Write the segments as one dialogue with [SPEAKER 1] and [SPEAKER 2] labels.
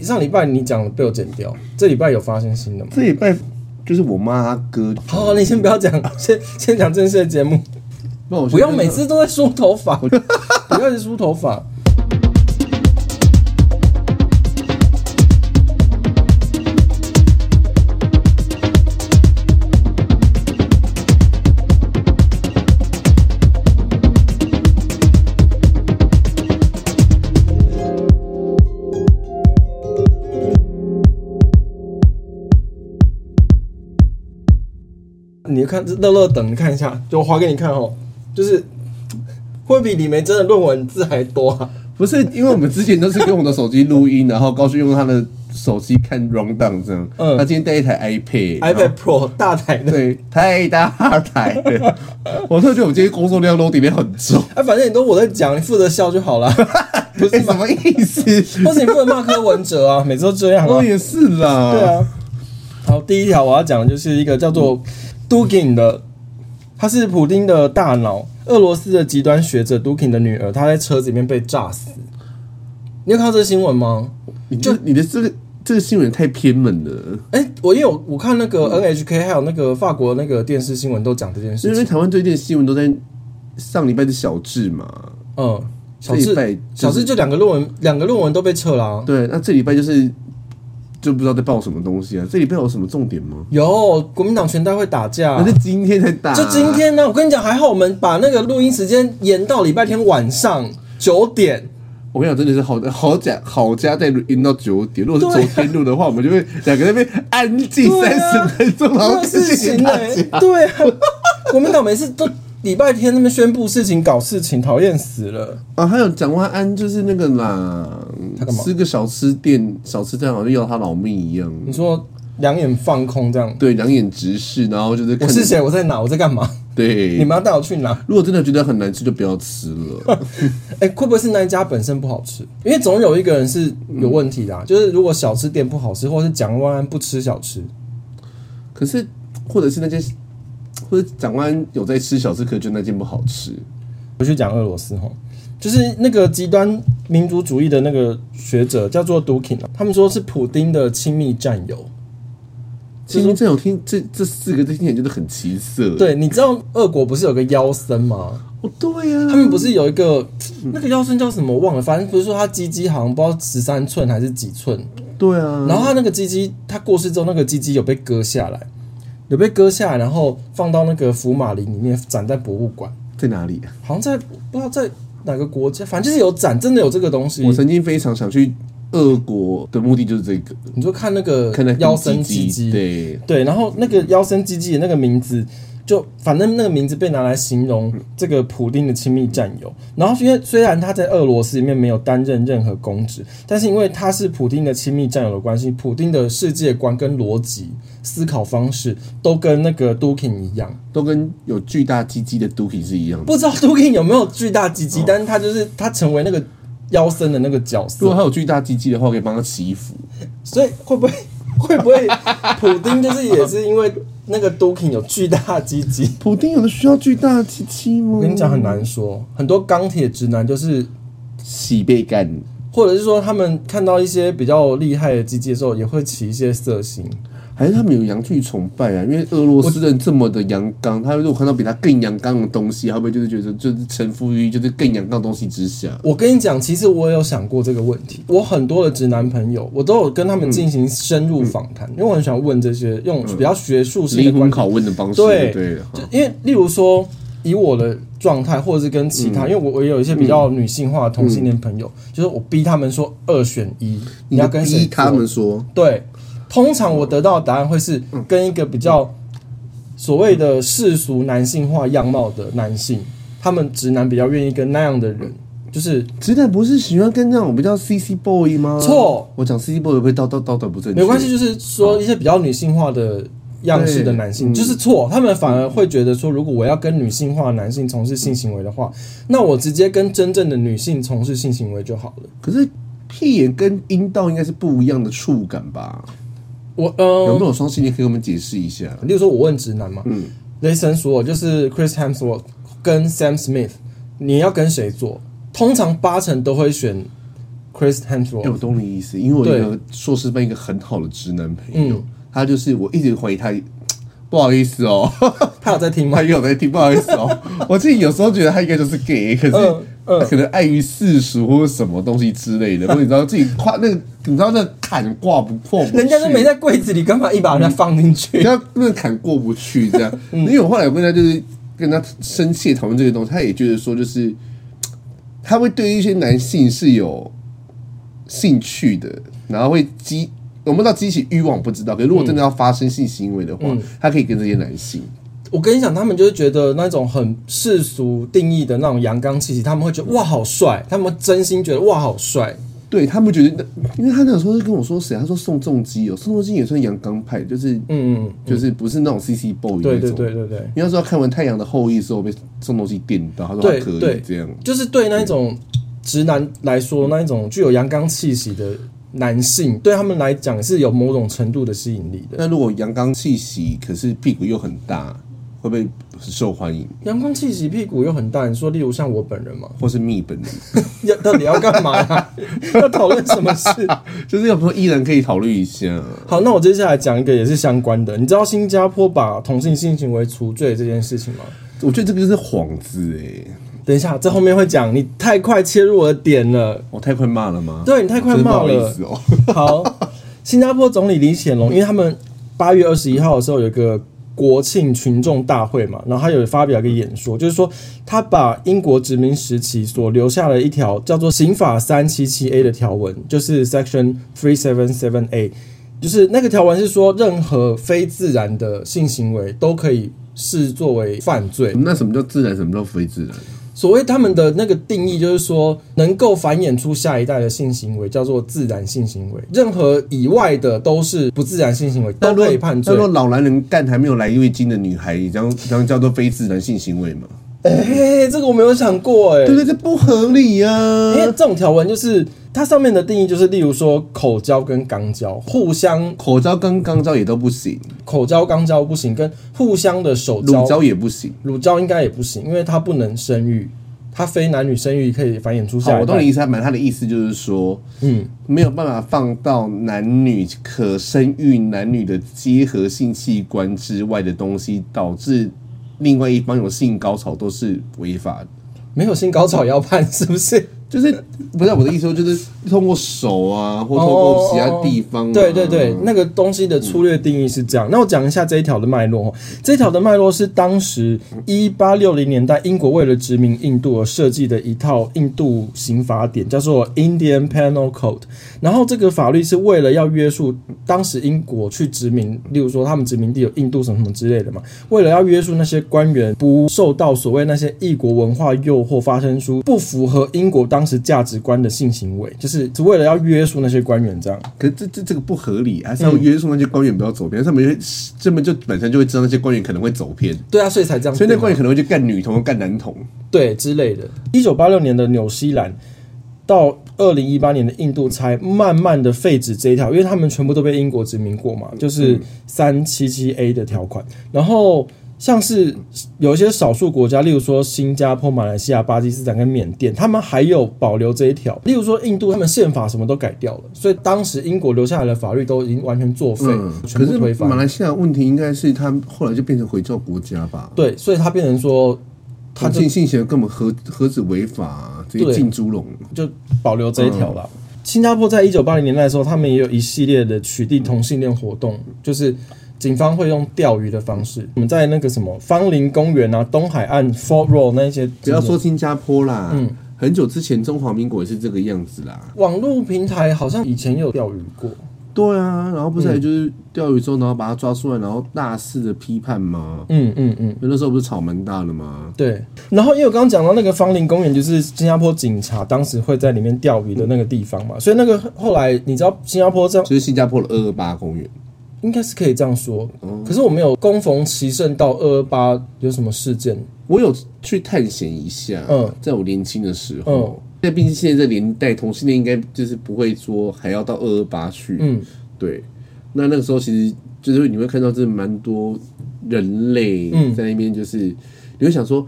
[SPEAKER 1] 上礼拜你讲的被我剪掉，这礼拜有发生新的吗？
[SPEAKER 2] 这礼拜就是我妈她哥，
[SPEAKER 1] 好好，你先不要讲，先 先讲正式的节目，
[SPEAKER 2] 那我
[SPEAKER 1] 不要每次都在梳头发， 不要一直梳头发。你看这乐乐等，你看一下，就我划给你看哦，就是会比李梅真的论文字还多啊。
[SPEAKER 2] 不是因为我们之前都是用我的手机录音，然后高旭用他的手机看 round down 这样，
[SPEAKER 1] 嗯
[SPEAKER 2] 他今天带一台 iPad，
[SPEAKER 1] iPad Pro 大台的，
[SPEAKER 2] 啊对太大台了，我特觉得我们今天工作量 loading 量很重，
[SPEAKER 1] 啊，反正你都我在讲，你负责笑就好 了，不是
[SPEAKER 2] 哎什
[SPEAKER 1] 吗？
[SPEAKER 2] 么意思？
[SPEAKER 1] 或是你不能骂柯文哲啊，每次都这样啊
[SPEAKER 2] 哦。也是啦，
[SPEAKER 1] 对，啊。好，第一条我要讲的就是一个叫做
[SPEAKER 2] 嗯
[SPEAKER 1] Dugin 的，他是普丁的大脑，俄罗斯的极端学者 Dugin 的女儿，她在车子里面被炸死。你有看到这个新闻吗？
[SPEAKER 2] 你就你的这个这个新闻太偏门了，
[SPEAKER 1] 哎、我也有我看那
[SPEAKER 2] 嗯
[SPEAKER 1] 个 NHK 还有那个法国那个电视新闻都讲这件
[SPEAKER 2] 因
[SPEAKER 1] 事
[SPEAKER 2] 为
[SPEAKER 1] 情。
[SPEAKER 2] 台湾最近的新闻都在上礼拜的小智嘛，
[SPEAKER 1] 嗯，小
[SPEAKER 2] 这
[SPEAKER 1] 智
[SPEAKER 2] 一拜就是
[SPEAKER 1] 小智就两个论文，两个论文都被撤了、啊。
[SPEAKER 2] 对，那这礼拜就是就不知道在报什么东西啊，这礼拜有什么重点吗？
[SPEAKER 1] 有国民党全代会打架，
[SPEAKER 2] 那是啊今天才打，
[SPEAKER 1] 啊就今天呢、我跟你讲，还好我们把那个录音时间延到礼拜天晚上九点。
[SPEAKER 2] 我跟你讲，真的是好好假好家在录音到九点，如果是
[SPEAKER 1] 对啊
[SPEAKER 2] 昨天录的话，我们就会两个在那边安静
[SPEAKER 1] 对
[SPEAKER 2] 三
[SPEAKER 1] 啊
[SPEAKER 2] 十分钟，然后
[SPEAKER 1] 没有事
[SPEAKER 2] 谢谢
[SPEAKER 1] 情
[SPEAKER 2] 大
[SPEAKER 1] 欸
[SPEAKER 2] 家。
[SPEAKER 1] 对啊，国民党每次都礼拜天那边宣布事情、搞事情，讨厌死了。
[SPEAKER 2] 啊，还有蒋万安就是那个啦
[SPEAKER 1] 他干，嘛
[SPEAKER 2] 吃个小吃店小吃店好像要他老命一样，
[SPEAKER 1] 你说两眼放空这样，
[SPEAKER 2] 对，两眼直视，然后就是
[SPEAKER 1] 我
[SPEAKER 2] 看
[SPEAKER 1] 是谁？我在哪？我在干嘛？你
[SPEAKER 2] 对。
[SPEAKER 1] 们要带我去哪？
[SPEAKER 2] 如果真的觉得很难吃，就不要吃 了。
[SPEAKER 1] 哎、会不会是那一家本身不好吃？因为总有一个人是有问题
[SPEAKER 2] 嗯
[SPEAKER 1] 的、啊，就是如果小吃店不好吃，或是蒋万安不吃小吃，
[SPEAKER 2] 可是，或者是那些，或者蒋万安有在吃小吃，可是觉得那间不好吃。
[SPEAKER 1] 我去讲俄罗斯哈，就是那个极端民族主义的那个学者叫做 Dukin，他啊们说是普丁的亲密战友。
[SPEAKER 2] 其实这种听这这四个字听起来就是很奇色。，
[SPEAKER 1] 对，你知道俄国不是有个妖僧吗？
[SPEAKER 2] 哦对呀、
[SPEAKER 1] 他们不是有一个
[SPEAKER 2] 嗯
[SPEAKER 1] 那个腰身叫什么我忘了，反正不是说他鸡鸡好像不知道十三寸还是几寸，
[SPEAKER 2] 对啊，
[SPEAKER 1] 然后他那个鸡鸡他过世之后那个鸡鸡有被割下来，有被割下来，然后放到那个福马林里面展在博物馆，
[SPEAKER 2] 在哪里、啊？
[SPEAKER 1] 好像在不知道在哪个国家，反正就是有展，真的有这个东西
[SPEAKER 2] 我。曾经非常想去俄国的目的就是这个，
[SPEAKER 1] 你就看那个
[SPEAKER 2] 看那
[SPEAKER 1] 腰身呃鸡
[SPEAKER 2] 鸡
[SPEAKER 1] 鸡，
[SPEAKER 2] 对，
[SPEAKER 1] 对，然后那个腰身鸡鸡的那个名字，就反正那个名字被拿来形容这个普丁的亲密战友。然后因为虽然他在俄罗斯里面没有担任任何公职，但是因为他是普丁的亲密战友的关系，普丁的世界观跟逻辑思考方式都跟那个 Dukin 一样。
[SPEAKER 2] 都跟有巨大鸡鸡的 Duki 是一样的。
[SPEAKER 1] 不知道 Dukin 有没有巨大鸡鸡，但是他就是他成为那个妖僧的那个角色
[SPEAKER 2] 如。果他有巨大鸡鸡的话，我可以帮他洗衣服。
[SPEAKER 1] 所以会不会会不会普丁就是也是因为那个 Dukin 有巨大鸡鸡？
[SPEAKER 2] 普丁有的需要巨大的鸡鸡吗？
[SPEAKER 1] 我跟你讲很难
[SPEAKER 2] 嗯
[SPEAKER 1] 说，很多钢铁直男就是，
[SPEAKER 2] 洗被干，
[SPEAKER 1] 或者是说他们看到一些比较厉害的机器的时候，也会起一些色心。
[SPEAKER 2] 还是他们有洋剧崇拜啊？因为俄罗斯人这么的阳刚，他如果看到比他更阳刚的东西，他会不会就是觉得就是臣服于就是更阳刚的东西之下？
[SPEAKER 1] 我跟你讲，其实我也有想过这个问题。我很多的直男朋友，我都有跟他们进行深入访谈，因为我很喜欢问这些用比较学术性的
[SPEAKER 2] 嗯灵
[SPEAKER 1] 观
[SPEAKER 2] 魂拷问的方式，
[SPEAKER 1] 对
[SPEAKER 2] 对了，
[SPEAKER 1] 就因为例如说，以我的状态，或者是跟其
[SPEAKER 2] 嗯
[SPEAKER 1] 他，因为我我也有一些比较女性化的同性恋朋友，就是我逼他们说二选一，你要跟谁
[SPEAKER 2] 逼
[SPEAKER 1] 做
[SPEAKER 2] 他们说，
[SPEAKER 1] 对，通常我得到的答案会是
[SPEAKER 2] 嗯
[SPEAKER 1] 跟一个比较所谓的世俗男性化样貌的男性，他们直男比较愿意跟那样的
[SPEAKER 2] 嗯
[SPEAKER 1] 人，就是
[SPEAKER 2] 直男不是喜欢跟那种比较 CC boy 吗？
[SPEAKER 1] 错，
[SPEAKER 2] 我讲 CC boy 会道道道德不正确，
[SPEAKER 1] 没关系，。就是说一些比较女性化的样式的男性，
[SPEAKER 2] 对嗯
[SPEAKER 1] 就是错，他们反而会觉得说，如果我要跟女性化的男性从事性行为的话，那我直接跟真正的女性从事性行为就好了。
[SPEAKER 2] 可是屁眼跟阴道应该是不一样的触感吧？
[SPEAKER 1] 我
[SPEAKER 2] 有
[SPEAKER 1] 呃，
[SPEAKER 2] 没有双性恋可以给我们解释一下？
[SPEAKER 1] 啊例如说，我问直男嘛，雷神索尔就是 Chris Hemsworth 跟 Sam Smith，你要跟谁做？通常八成都会选 Chris
[SPEAKER 2] 哎、
[SPEAKER 1] Hemsworth，
[SPEAKER 2] 我懂你意思，因为我有一
[SPEAKER 1] 对嗯
[SPEAKER 2] 个硕士班一个很好的直男朋友，他就是我一直怀疑他，不好意思哦，
[SPEAKER 1] 他有在听吗
[SPEAKER 2] 他？也有在听，不好意思哦，我自己有时候觉得他应该就是 gay，可是
[SPEAKER 1] 嗯嗯
[SPEAKER 2] 他可能碍于世俗或者什么东西之类的，或者你知道自己跨那个，你知道那个坎挂不过不去，啊
[SPEAKER 1] 人家都没在柜子里，干嘛一把人家放进去？
[SPEAKER 2] 人家那个坎过不去，这样。
[SPEAKER 1] 嗯
[SPEAKER 2] 因为我后来跟他就是跟他深切讨论这个东西，他也觉得说，就是他会对一些男性是有兴趣的，然后会激。我们到激起欲望不知道，可是如果
[SPEAKER 1] 嗯
[SPEAKER 2] 真的要发生性行为的话，他可以跟这些男性，
[SPEAKER 1] 我跟你讲，他们就是觉得那种很世俗定义的那种阳刚气息，他们会觉得哇好帅，他们真心觉得哇好帅。
[SPEAKER 2] 对他们觉得，因为他那时候是跟我说谁，他说宋仲基哦，宋仲基也算阳刚派，就是、
[SPEAKER 1] 嗯，嗯
[SPEAKER 2] 就是不是那种 CC boy 那种。
[SPEAKER 1] 对对对对对，
[SPEAKER 2] 你要知道看完《太阳的后裔》之后被宋仲基电到，他说他
[SPEAKER 1] 对
[SPEAKER 2] 可以
[SPEAKER 1] 对
[SPEAKER 2] 这样。
[SPEAKER 1] 就是对那一种直男来说，那一种具有阳刚气息的男性，对他们来讲是有某种程度的吸引力的。
[SPEAKER 2] 那如果阳刚气息，可是屁股又很大，会不会很受欢迎？
[SPEAKER 1] 阳光气息，屁股又很大，你说例如像我本人嘛，
[SPEAKER 2] 或是密本人，
[SPEAKER 1] 要到底要干嘛呀？ 要讨论什么事？
[SPEAKER 2] 就是要不说依然可以考虑一下。
[SPEAKER 1] 好，那我接下来讲一个也是相关的。你知道新加坡把同性性行为除罪这件事情吗？
[SPEAKER 2] 我觉得这个就是幌子哎、
[SPEAKER 1] 等一下，这后面会讲。你太快切入我的点了，
[SPEAKER 2] 我太快骂了吗？
[SPEAKER 1] 对你太快骂了
[SPEAKER 2] 真不好意思哦、
[SPEAKER 1] 好，新加坡总理李显龙，因为他们八月二十一号的时候有一个国庆群众大会嘛，然后他有发表一个演说，就是说他把英国殖民时期所留下的一条叫做刑法三七七 A 的条文，就是 Section Three Seven Seven A，就是那个条文是说任何非自然的性行为都可以视作为犯罪。
[SPEAKER 2] 那什么叫自然，什么叫非自然？
[SPEAKER 1] 所谓他们的那个定义，就是说能够繁衍出下一代的性行为叫做自然性行为，任何以外的都是不自然性行为，都
[SPEAKER 2] 那如
[SPEAKER 1] 可
[SPEAKER 2] 果
[SPEAKER 1] 以判
[SPEAKER 2] 那
[SPEAKER 1] 罪
[SPEAKER 2] 如。果老男人干还没有来月经的女孩，这样这样叫做非自然性行为吗？
[SPEAKER 1] 哎、这个我没有想过哎、
[SPEAKER 2] 对啊对，这不合理啊呀、
[SPEAKER 1] 因为这种条文就是它上面的定义就是，例如说口交跟肛交互相
[SPEAKER 2] 口罩跟肛罩也都不行，
[SPEAKER 1] 口交肛交不行，跟互相的手
[SPEAKER 2] 乳
[SPEAKER 1] 交
[SPEAKER 2] 胶也不行。
[SPEAKER 1] 乳交应该也不行，因为它不能生育，它非男女生育可以繁衍出
[SPEAKER 2] 好，
[SPEAKER 1] 下
[SPEAKER 2] 我
[SPEAKER 1] 一
[SPEAKER 2] 懂
[SPEAKER 1] 代
[SPEAKER 2] 你。意思，他满他的意思就是说，
[SPEAKER 1] 嗯，
[SPEAKER 2] 没有办法放到男女可生育男女的结合性器官之外的东西，导致另外一方有性高潮都是违法的。
[SPEAKER 1] 没有性高潮也要判是不是？
[SPEAKER 2] 就是不是我的意思说，就是通过手啊，或通过其他地方、啊
[SPEAKER 1] 对对对，那个东西的粗略定义是这样。那我讲一下这一条的脉络哦。这一条的脉络是当时一八六零年代英国为了殖民印度而设计的一套印度刑法典，叫做 Indian Penal Code。然后这个法律是为了要约束当时英国去殖民，例如说他们殖民地有印度什么什么之类的嘛，为了要约束那些官员不受到所谓那些异国文化诱惑，发生出不符合英国当时价值观的性行为，就是是为了要约束那些官员这样。
[SPEAKER 2] 可是这这这个不合理，还是要约束那些官员不要走偏，他们会根本就本身就会知道那些官员可能会走偏，
[SPEAKER 1] 对啊，所以才这样
[SPEAKER 2] 所
[SPEAKER 1] 定啊。
[SPEAKER 2] 以那官员可能会去干女童、干男童。
[SPEAKER 1] 对之类的。一九八六年的纽西兰到二零一八年的印度才慢慢的废止这一条，因为他们全部都被英国殖民过嘛，就是三七七 A 的条款。然后像是有一些少数国家，例如说新加坡、马来西亚、巴基斯坦跟缅甸，他们还有保留这一条。例如说印度，他们宪法什么都改掉了，所以当时英国留下来的法律都已经完全作废，全
[SPEAKER 2] 嗯可
[SPEAKER 1] 部
[SPEAKER 2] 是
[SPEAKER 1] 推翻
[SPEAKER 2] 马。来西亚问题应该是他后来就变成回教国家吧？
[SPEAKER 1] 对，所以它变成说，它
[SPEAKER 2] 同
[SPEAKER 1] 就
[SPEAKER 2] 性性行为根本何何止违法、啊，直接
[SPEAKER 1] 对
[SPEAKER 2] 进猪笼。
[SPEAKER 1] 就保留这一条啦。新加坡在一九八零年代的时候，他们也有一系列的取缔同性恋活动，就是警方会用钓鱼的方式。我们在那个什么芳林公园啊、东海岸、Fort Road 那一些，
[SPEAKER 2] 不要说新加坡啦，
[SPEAKER 1] 嗯
[SPEAKER 2] 很久之前中华民国也是这个样子啦。
[SPEAKER 1] 网络平台，好像以前也有钓鱼过。
[SPEAKER 2] 对啊，然后不是还就是钓鱼之后，然后把他抓出来，然后大肆的批判吗？
[SPEAKER 1] 嗯嗯嗯，
[SPEAKER 2] 那时候不是吵蛮大的吗？
[SPEAKER 1] 对。然后因为我刚刚讲到那个芳林公园，就是新加坡警察当时会在里面钓鱼的那个地方嘛，所以那个后来你知道新加坡这样
[SPEAKER 2] 就是新加坡的二二八公园，
[SPEAKER 1] 应该是可以这样说，可是我没有攻逢其盛到二二八有什么事件，
[SPEAKER 2] 我有去探险一下。
[SPEAKER 1] 嗯
[SPEAKER 2] 在我年轻的时候，那毕竟现在这年代，同性恋应该就是不会说还要到二二八去。
[SPEAKER 1] 嗯。
[SPEAKER 2] 对，那那个时候其实就是你会看到，真的蛮多人类
[SPEAKER 1] 嗯
[SPEAKER 2] 在那边，就是、你会想说，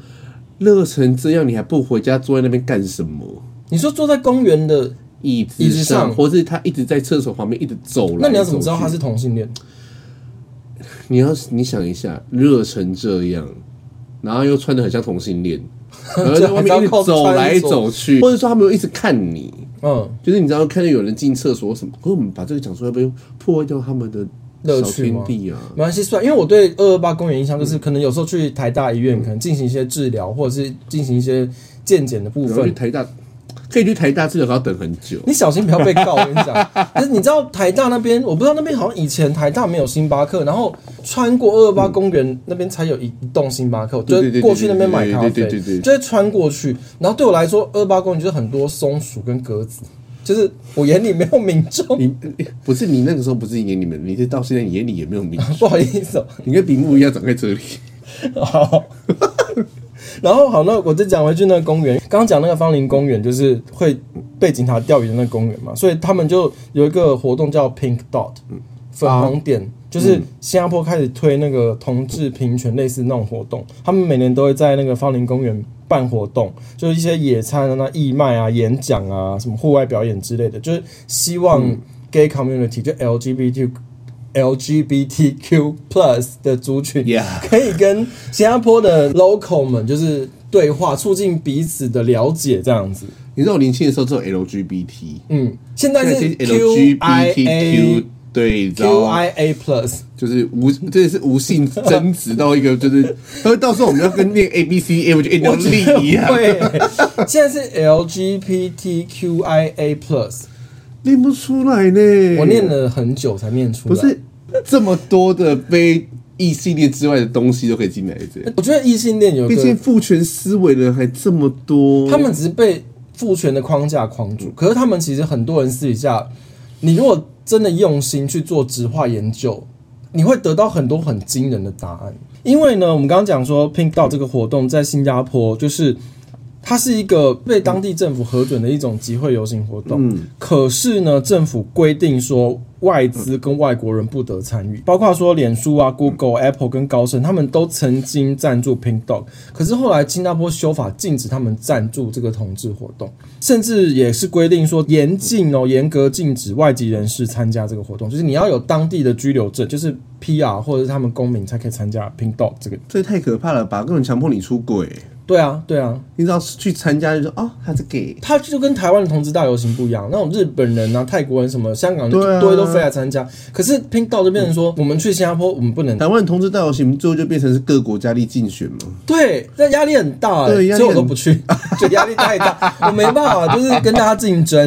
[SPEAKER 2] 热成这样，你还不回家坐在那边干什么？
[SPEAKER 1] 你说坐在公园的
[SPEAKER 2] 椅
[SPEAKER 1] 椅
[SPEAKER 2] 子
[SPEAKER 1] 子
[SPEAKER 2] 上，
[SPEAKER 1] 上
[SPEAKER 2] 或是他一直在厕所旁边一直走来
[SPEAKER 1] 那你要怎么知道
[SPEAKER 2] 走去
[SPEAKER 1] 他是同性恋？
[SPEAKER 2] 你要你想一下，热成这样，然后又穿的很像同性恋，然后在外面一直走来走去，或者说他们又一直看你，
[SPEAKER 1] 嗯，
[SPEAKER 2] 就是你知道看到有人进厕所什么，可是我们把这个讲出来，会破坏掉他们的
[SPEAKER 1] 乐
[SPEAKER 2] 小
[SPEAKER 1] 趣吗
[SPEAKER 2] 天地 啊。
[SPEAKER 1] 没关系，算，因为我对二二八公园印象就是，可能有时候去台大医院，可能进行一些治疗，或者是进行一些健检的部
[SPEAKER 2] 然后去
[SPEAKER 1] 分。
[SPEAKER 2] 台大，可以去台大治疗，可要等很久。
[SPEAKER 1] 你小心不要被告，我跟你讲。 但是你知道台大那边，我不知道那边好像以前台大没有星巴克，然后穿过二二八公园那边才有一一栋星巴克，我就
[SPEAKER 2] 对对对对
[SPEAKER 1] 过去那边买咖啡，
[SPEAKER 2] 对对对对对
[SPEAKER 1] 就会穿过去。然后对我来说，二二八公园就是很多松鼠跟鸽子，就是我眼里没有民众。
[SPEAKER 2] 你不是你那个时候不是眼里面，你是到现在眼里也没有名，
[SPEAKER 1] 不好意思、哦。
[SPEAKER 2] 你跟屏幕一样长在这里。
[SPEAKER 1] 好。 然后好，那我再讲回去那个公园，刚刚讲那个芳林公园，就是会被警察钓鱼的那个公园嘛，所以他们就有一个活动叫 Pink Dot，粉红点，就是新加坡开始推那个同志平权类似那种活动，他们每年都会在那个芳林公园办活动，就是一些野餐啊、义卖啊、演讲啊、什么户外表演之类的，就是希望 gay community 就 LGBT LGBTQ plus 的族群
[SPEAKER 2] Yeah
[SPEAKER 1] 可以跟新加坡的 local 们就是对话，促进彼此的了解，这样子。
[SPEAKER 2] 你知道我年轻的时候只有 LGBT，
[SPEAKER 1] 嗯，现在
[SPEAKER 2] 现在
[SPEAKER 1] 是
[SPEAKER 2] 是
[SPEAKER 1] QIA
[SPEAKER 2] LGBTQ，对，你知道吗？
[SPEAKER 1] QIA plus，
[SPEAKER 2] 就是无，这也是无性争执到一个，就是，他会到时候我们要跟念 A B C A，我就念到力一样。
[SPEAKER 1] 对，现在是 LGBTQIA plus，
[SPEAKER 2] 念不出来呢。
[SPEAKER 1] 我念了很久才念出来。
[SPEAKER 2] 不是这么多的非异性恋之外的东西都可以进来这，
[SPEAKER 1] 我觉得异性恋有
[SPEAKER 2] 毕
[SPEAKER 1] 一
[SPEAKER 2] 竟
[SPEAKER 1] 个，
[SPEAKER 2] 父权思维的人还这么多。
[SPEAKER 1] 他们只是被父权的框架框住，可是他们其实很多人私底下，你如果真的用心去做直化研究，你会得到很多很惊人的答案。因为呢，我们刚刚讲说 Pink Dot 这个活动在新加坡就是。它是一个被当地政府核准的一种集会游行活动，可是呢，政府规定说外资跟外国人不得参与，包括说脸书啊、Google、Apple 跟高盛，他们都曾经赞助 Pink Dog，可是后来新加坡修法禁止他们赞助这个同志活动，甚至也是规定说严禁哦，严格禁止外籍人士参加这个活动，就是你要有当地的居留证，就是 PR 或者是他们公民才可以参加 Pink Dog 这个。
[SPEAKER 2] 这太可怕了吧！根本强迫你出轨，
[SPEAKER 1] 对啊，对啊，
[SPEAKER 2] 你只要去参加就说哦，他是 gay，
[SPEAKER 1] 他就跟台湾的同志大游行不一样，那种日本人啊、泰国人什么、香港人
[SPEAKER 2] 对啊
[SPEAKER 1] 一堆都飞来参加。可是拼到就变成说，我们去新加坡，我们不能。
[SPEAKER 2] 台湾同志大游行最后就变成是各国家力竞选嘛。
[SPEAKER 1] 对，那压力很大、欸，
[SPEAKER 2] 对压力很
[SPEAKER 1] 所以我都不去， 就压力太大，我没办法，就是跟大家竞争。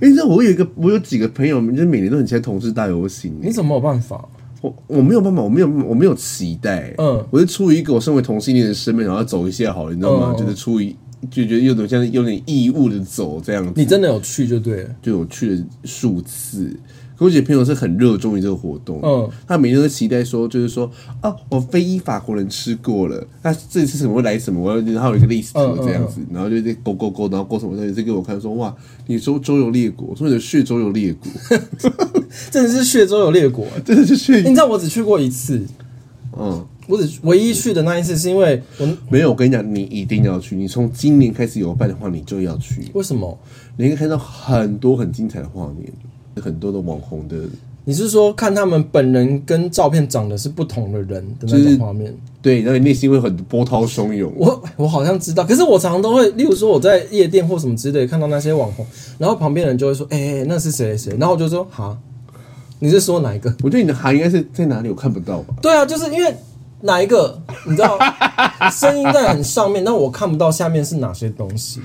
[SPEAKER 2] 诶你知道我有一个，我有几个朋友，就是每年都很期待同志大游行。
[SPEAKER 1] 你怎么有办法？
[SPEAKER 2] 我我没有办法，我没有我没有期待，
[SPEAKER 1] 嗯
[SPEAKER 2] 我是出于一个我身为同性恋的身份，然后走一下好了，你知道吗？
[SPEAKER 1] 嗯
[SPEAKER 2] 就是出于就觉得有点像有点义务的走这样子，
[SPEAKER 1] 你真的有去就对了。
[SPEAKER 2] 就我去了数次。可我姐朋友是很热衷于这个活动，
[SPEAKER 1] 嗯，
[SPEAKER 2] 他每天都期待说，就是说啊，我非裔法国人吃过了，那这次什么会来什么，我要他有一个 list
[SPEAKER 1] 嗯嗯
[SPEAKER 2] 这样子，然后就在勾勾勾，然后勾什么东西，就给我看说哇，你周周游列国，我说你的血周游列国，
[SPEAKER 1] 真的是血周游列国、欸。
[SPEAKER 2] 真的是血
[SPEAKER 1] 你，知道我只去过一次，
[SPEAKER 2] 嗯。
[SPEAKER 1] 我只唯一去的那一次是因为我
[SPEAKER 2] 没有，我跟你讲，你一定要去。你从今年开始有办的话，你就要去。
[SPEAKER 1] 为什么？
[SPEAKER 2] 你可以看到很多很精彩的画面，很多的网红的，
[SPEAKER 1] 你是说看他们本人跟照片长得是不同的人的那
[SPEAKER 2] 就是
[SPEAKER 1] 种画面？
[SPEAKER 2] 对，然后你内心会很波涛汹涌。
[SPEAKER 1] 我我好像知道，可是我常常都会，例如说我在夜店或什么之类看到那些网红，然后旁边人就会说：“哎、哎哎那是谁谁谁？”然后我就说：“哈，你是说哪一个
[SPEAKER 2] 我觉得你的行应该是在哪里，我看不到吧？”？
[SPEAKER 1] 对啊，就是因为哪一个，你知道，声音在很上面，但我看不到下面是哪些东西。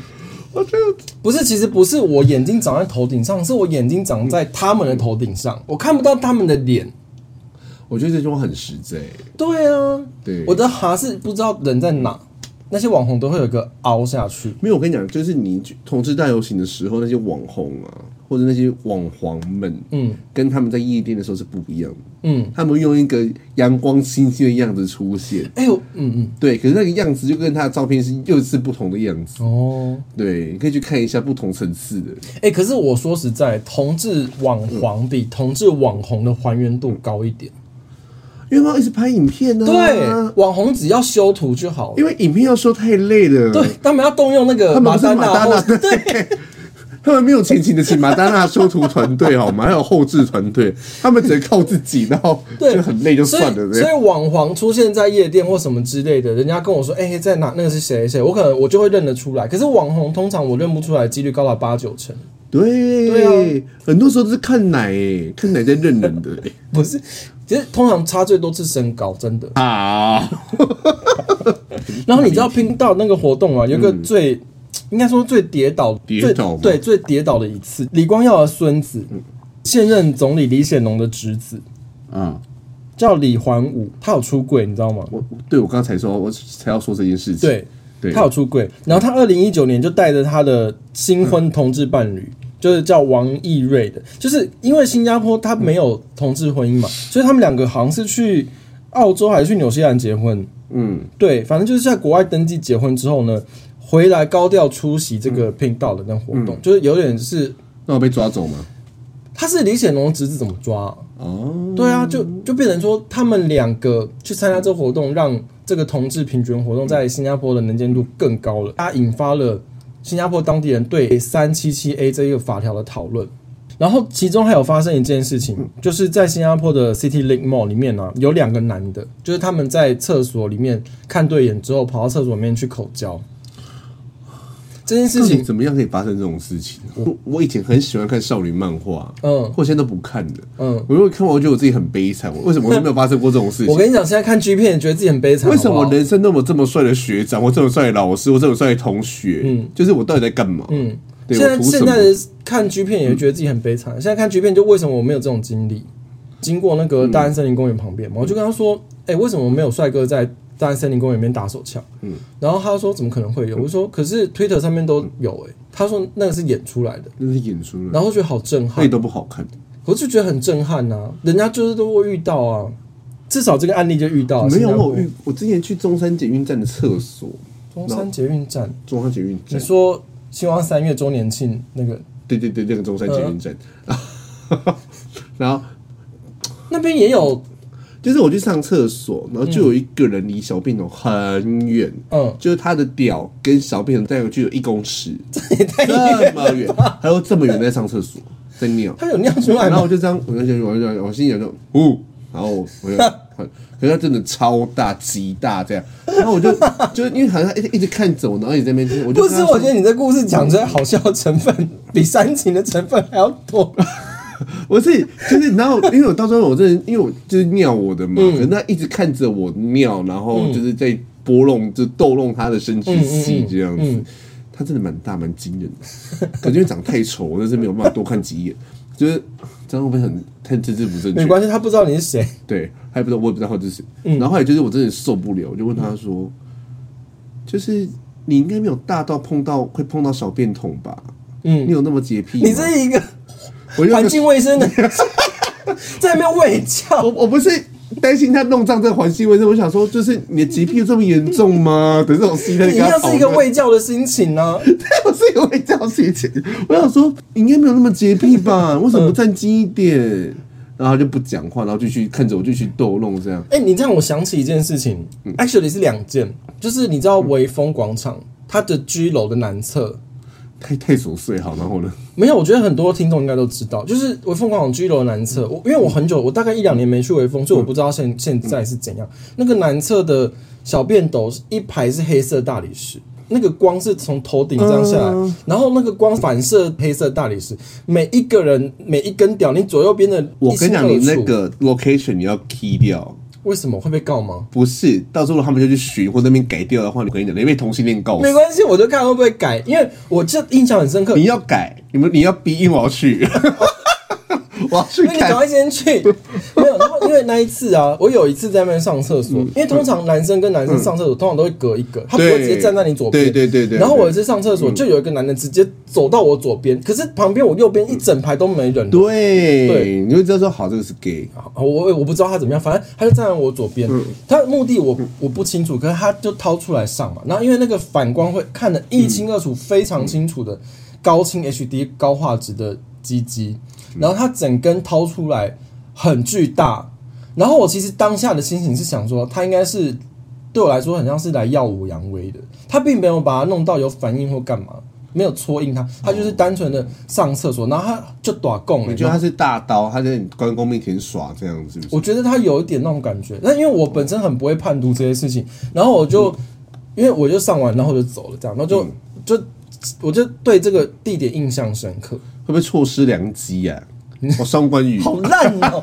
[SPEAKER 2] 我觉得
[SPEAKER 1] 不是，其实不是我眼睛长在头顶上，是我眼睛长在他们的头顶上，我看不到他们的脸。
[SPEAKER 2] 我觉得这句话很实在。
[SPEAKER 1] 对啊，
[SPEAKER 2] 对
[SPEAKER 1] 我的哈是不知道人在哪，那些网红都会有一个凹下去。
[SPEAKER 2] 没有，我跟你讲，就是你去同志大游行的时候，那些网红啊，或者那些网黄们，
[SPEAKER 1] 嗯，
[SPEAKER 2] 跟他们在夜店的时候是不一样的。
[SPEAKER 1] 嗯，
[SPEAKER 2] 他们用一个阳光清新的样子出现，
[SPEAKER 1] 哎呦，嗯嗯，
[SPEAKER 2] 对，可是那个样子就跟他的照片是又是不同的样子。
[SPEAKER 1] 哦。
[SPEAKER 2] 对，你可以去看一下不同层次的。
[SPEAKER 1] 哎、可是我说实在，同志网黄比同志网红的还原度高一点。
[SPEAKER 2] 因为他们一直拍影片呢、啊
[SPEAKER 1] 对，，网红只要修图就好了。
[SPEAKER 2] 因为影片要说太累了。
[SPEAKER 1] 对，他们要动用那个
[SPEAKER 2] 他们
[SPEAKER 1] 马
[SPEAKER 2] 不是
[SPEAKER 1] 丹
[SPEAKER 2] 马
[SPEAKER 1] 娜
[SPEAKER 2] 丹
[SPEAKER 1] 或
[SPEAKER 2] 娜，
[SPEAKER 1] 者，
[SPEAKER 2] 对，他们没有前期的请马丹娜修图团队 好吗？还有后置团队，他们只能靠自己，然后
[SPEAKER 1] 对
[SPEAKER 2] 就很累就
[SPEAKER 1] 所
[SPEAKER 2] 算
[SPEAKER 1] 以
[SPEAKER 2] 了。
[SPEAKER 1] 所以网黄出现在夜店或什么之类的，人家跟我说，哎、在哪？那个是谁谁？我可能我就会认得出来。可是网红通常我认不出来的几率高达八九成，
[SPEAKER 2] 对啊
[SPEAKER 1] 对
[SPEAKER 2] 很多时候都是看奶、欸，看奶在认人 的、欸、
[SPEAKER 1] 不是？其实通常差最多是身高，真的。
[SPEAKER 2] 啊。
[SPEAKER 1] 然后你知道拼到那个活动啊，有一个最、应该说最跌倒、
[SPEAKER 2] 嗯跌倒吗嗯
[SPEAKER 1] 最对最跌倒的一次，李光耀的孙子，现任总理李显龙的侄子
[SPEAKER 2] 啊，
[SPEAKER 1] 叫李环武，他有出柜，你知道吗？
[SPEAKER 2] 我对我刚才说，我才要说这件事情。
[SPEAKER 1] 对，
[SPEAKER 2] 对，
[SPEAKER 1] 他有出柜，然后他二零一九年就带着他的新婚同志伴侣，就是叫王毅瑞的，就是因为新加坡他没有同志婚姻嘛，所以他们两个好像是去澳洲还是去纽西兰结婚，
[SPEAKER 2] 嗯，
[SPEAKER 1] 对，反正就是在国外登记结婚之后呢，回来高调出席这个频道的那活动，就是有点是
[SPEAKER 2] 那我被抓走吗？
[SPEAKER 1] 他是李显龙的侄子怎么抓啊、
[SPEAKER 2] 哦，
[SPEAKER 1] 对啊，就就变成说他们两个去参加这活动，让这个同志平权活动
[SPEAKER 2] 嗯
[SPEAKER 1] 在新加坡的能见度更高了，它引发了新加坡当地人对三七七 A 这一个法条的讨论。然后其中还有发生一件事
[SPEAKER 2] 嗯
[SPEAKER 1] 情，就是在新加坡的 City Link Mall 里面呢、啊，有两个男的，就是他们在厕所里面看对眼之后，跑到厕所里面去口交。这件事
[SPEAKER 2] 事情
[SPEAKER 1] 情，
[SPEAKER 2] 怎么样可以发生这种事情？啊我我以前很喜欢看少女漫画，
[SPEAKER 1] 嗯
[SPEAKER 2] 或现在都不看了。
[SPEAKER 1] 嗯，
[SPEAKER 2] 我如果看完，我觉得我自己很悲惨。我为什么我都没有发生过这种事
[SPEAKER 1] 我
[SPEAKER 2] 情？
[SPEAKER 1] 跟你讲，现在看 G 片，觉得自己很悲惨。
[SPEAKER 2] 为什
[SPEAKER 1] 好不
[SPEAKER 2] 么
[SPEAKER 1] 好
[SPEAKER 2] 人生那么这么帅的学长，或这么帅的老师，或这么帅的同学，嗯，就是我到底在干嘛？嗯，对，
[SPEAKER 1] 现
[SPEAKER 2] 我
[SPEAKER 1] 在
[SPEAKER 2] 图什
[SPEAKER 1] 现
[SPEAKER 2] 么嗯
[SPEAKER 1] 在？的看 G 片也会觉得自己很悲惨。现在看 G 片，就为什么我没有这种经历？经过那
[SPEAKER 2] 嗯
[SPEAKER 1] 个大安森林公园旁边嘛，我就跟他说：“哎、为什么没有帅哥在大安森林公园里面打手枪？”嗯，然后他说：“怎么可能会
[SPEAKER 2] 嗯
[SPEAKER 1] 有？”我说：“可是 Twitter 上面都有。”哎，他说：“那个是演出来的。
[SPEAKER 2] 那是演出”了，
[SPEAKER 1] 然后觉得好震撼
[SPEAKER 2] 那，都不好看。
[SPEAKER 1] 我就觉得很震撼呐、啊人家就是都会遇到啊，至少这个案例就遇到、啊。
[SPEAKER 2] 没
[SPEAKER 1] 新
[SPEAKER 2] 有，
[SPEAKER 1] 加坡
[SPEAKER 2] 我有遇我之前去中山捷运站的厕所，
[SPEAKER 1] 中山捷运站，
[SPEAKER 2] 中山捷运
[SPEAKER 1] 你
[SPEAKER 2] 站，
[SPEAKER 1] 说希望三月周年庆那个
[SPEAKER 2] 对对对，那个中山捷运站，
[SPEAKER 1] 嗯
[SPEAKER 2] 然后
[SPEAKER 1] 那边也有，
[SPEAKER 2] 就是我去上厕所，然后就有一个人离小便桶很远，
[SPEAKER 1] 嗯，
[SPEAKER 2] 就是他的屌跟小便桶大概就有一公 尺，
[SPEAKER 1] 也太
[SPEAKER 2] 这么远，还有这么远在上厕所，在尿。
[SPEAKER 1] 他有尿出来
[SPEAKER 2] 然
[SPEAKER 1] 吗
[SPEAKER 2] 后？我就这样，我就想，我就想，我心里想说，呜，然后我 我就，可是他真的超大极大这样，然后我就就因为好像一直一直看走，然后也在那边听，我就
[SPEAKER 1] 不是，
[SPEAKER 2] 跟他
[SPEAKER 1] 我
[SPEAKER 2] 说
[SPEAKER 1] 觉得你这故事讲出来好笑的成分比煽情的成分还要 多。
[SPEAKER 2] 我是就是，然后因为我到时候我真的，因为我就是尿我的
[SPEAKER 1] 嗯
[SPEAKER 2] 嘛，可是他一直看着我尿，然后就是在拨弄，就逗弄他的生
[SPEAKER 1] 嗯
[SPEAKER 2] 殖器这样子。他真的蛮大蛮惊人的，可能因为长太丑，我真是没有办法多看几眼。就是这样会不会很太政治不正
[SPEAKER 1] 没
[SPEAKER 2] 确？
[SPEAKER 1] 关系，嗯他不知道你是谁。
[SPEAKER 2] 对，还不知道，我也不知道这是。然后后来就是我真的受不了，我就问他说，就是你应该没有大到碰到会碰到小便桶吧？
[SPEAKER 1] 嗯
[SPEAKER 2] 你有那么洁癖吗？
[SPEAKER 1] 你是 一个
[SPEAKER 2] 我就
[SPEAKER 1] 环境卫生 的，在那边喂教
[SPEAKER 2] 我。我不是担心他弄脏这环境卫生，我想说，就是你的洁癖有这么严重吗？ 的这种心态
[SPEAKER 1] 你
[SPEAKER 2] 跟
[SPEAKER 1] 一
[SPEAKER 2] 他
[SPEAKER 1] 样
[SPEAKER 2] 讨
[SPEAKER 1] 是一个
[SPEAKER 2] 论，
[SPEAKER 1] 喂教的心情呢、
[SPEAKER 2] 我是有会叫事情。我想说，你应该没有那么洁癖 吧？为什么不站近一点？然后他就不讲话，然后继续看着我，继续逗弄这样。
[SPEAKER 1] 哎、你这样我想起一件事情、a c t u a l l y 是两件，就是你知道微风广场它的居楼的南侧，
[SPEAKER 2] 太太琐碎，好，然后呢？
[SPEAKER 1] 没有，我觉得很多听众应该都知道，就是微风广场居楼的南
[SPEAKER 2] 嗯
[SPEAKER 1] 侧，我因为我很久，我大概一两年没去微风，所以我不知道现现在是怎样。那个南侧的小便斗是一排是黑色大理石，那个光是从头顶这样下来，
[SPEAKER 2] 嗯
[SPEAKER 1] 然后那个光反射黑色大理石，每一个人每一根屌，你左右边的
[SPEAKER 2] 我
[SPEAKER 1] 一清
[SPEAKER 2] 跟你
[SPEAKER 1] 二
[SPEAKER 2] 讲，
[SPEAKER 1] 楚，
[SPEAKER 2] 你那个 location 你要 key 掉，
[SPEAKER 1] 为什么会被告吗？
[SPEAKER 2] 不是到时候他们就去寻或那边改掉的话，你跟你讲，你被同性恋告死
[SPEAKER 1] 没。关系，我就看会不会改，因为我这印象很深刻
[SPEAKER 2] 你。要改，你们你要逼硬我要去， 我要去
[SPEAKER 1] 那你赶
[SPEAKER 2] 看。
[SPEAKER 1] 快先 去，没有，然后因为那一次啊，我有一次在那边上厕所，因为通常男生跟男生上厕所通常都会隔一个，他不会
[SPEAKER 2] 嗯对
[SPEAKER 1] 直接站在你左边，
[SPEAKER 2] 对对对嗯对
[SPEAKER 1] 然后我有一次上厕所，就有一个男的直接走到我左边，可是旁边我右边一整排都没人，
[SPEAKER 2] 对，
[SPEAKER 1] 对
[SPEAKER 2] 你就知道说好，这个是 gay。
[SPEAKER 1] 好我我不知道他怎么样，反正他就站在我左边，他的目的我我不清楚，可是他就掏出来上嘛，然后因为那个反光会看得一清二楚，非常清楚的高清 HD 高画质的鸡鸡，然后他整根掏出来很巨大，然后我其实当下的心情是想说，他应该是对我来说很像是来耀武扬威的，他并没有把它弄到有反应或干嘛，没有戳硬他，他就是单纯的上厕所，然后他就打供了。
[SPEAKER 2] 你觉得他是大刀，他在你关公面前耍这样子？
[SPEAKER 1] 我觉得他有一点那种感觉，但因为我本身很不会判读这些事情，然后我就、因为我就上完，然后我就走了，这样，然后就、就我就对这个地点印象深刻。
[SPEAKER 2] 会不会错失良机 啊？我双关语，
[SPEAKER 1] 好烂 哦、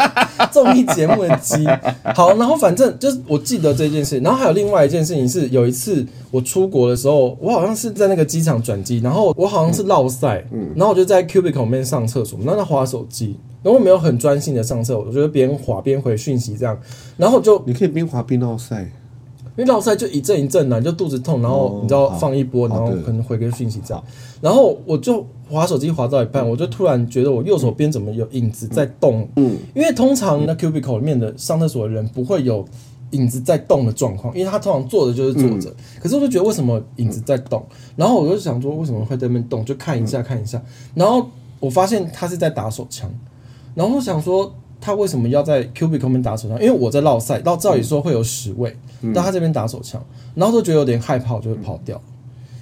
[SPEAKER 1] 综艺节目的鸡。好，然后反正就是我记得这件事，然后还有另外一件事情是，有一次我出国的时候，我好像是在那个机场转机，然后我好像是落赛，然后我就在 cubicle 里面上厕所，然后在划手机，然后我没有很专心的上厕所，我就边划边回讯息这样，然后就
[SPEAKER 2] 你可以边滑边绕赛。
[SPEAKER 1] 因为落塞就一阵一阵啊的，你就肚子痛，然后
[SPEAKER 2] 哦
[SPEAKER 1] 你知道
[SPEAKER 2] 好
[SPEAKER 1] 放一波，然
[SPEAKER 2] 好
[SPEAKER 1] 后
[SPEAKER 2] 的
[SPEAKER 1] 可能回个讯息这样。然后我就滑手机滑到一半，我就突然觉得我右手边怎么有影子在动？嗯，因为通常那 cubicle 里面的上厕所的人不会有影子在动的状况，因为他通常坐着就是坐着。可是我就觉得为什么影子在动？然后我就想说为什么会在那边动，就看一下看一下。然后我发现他是在打手枪。然后我想说，他为什么要在 cubicle 面打手枪？因为我在绕赛，绕照理说会有屎味，但他这边打手枪，然后都觉得有点害怕，我就会跑掉。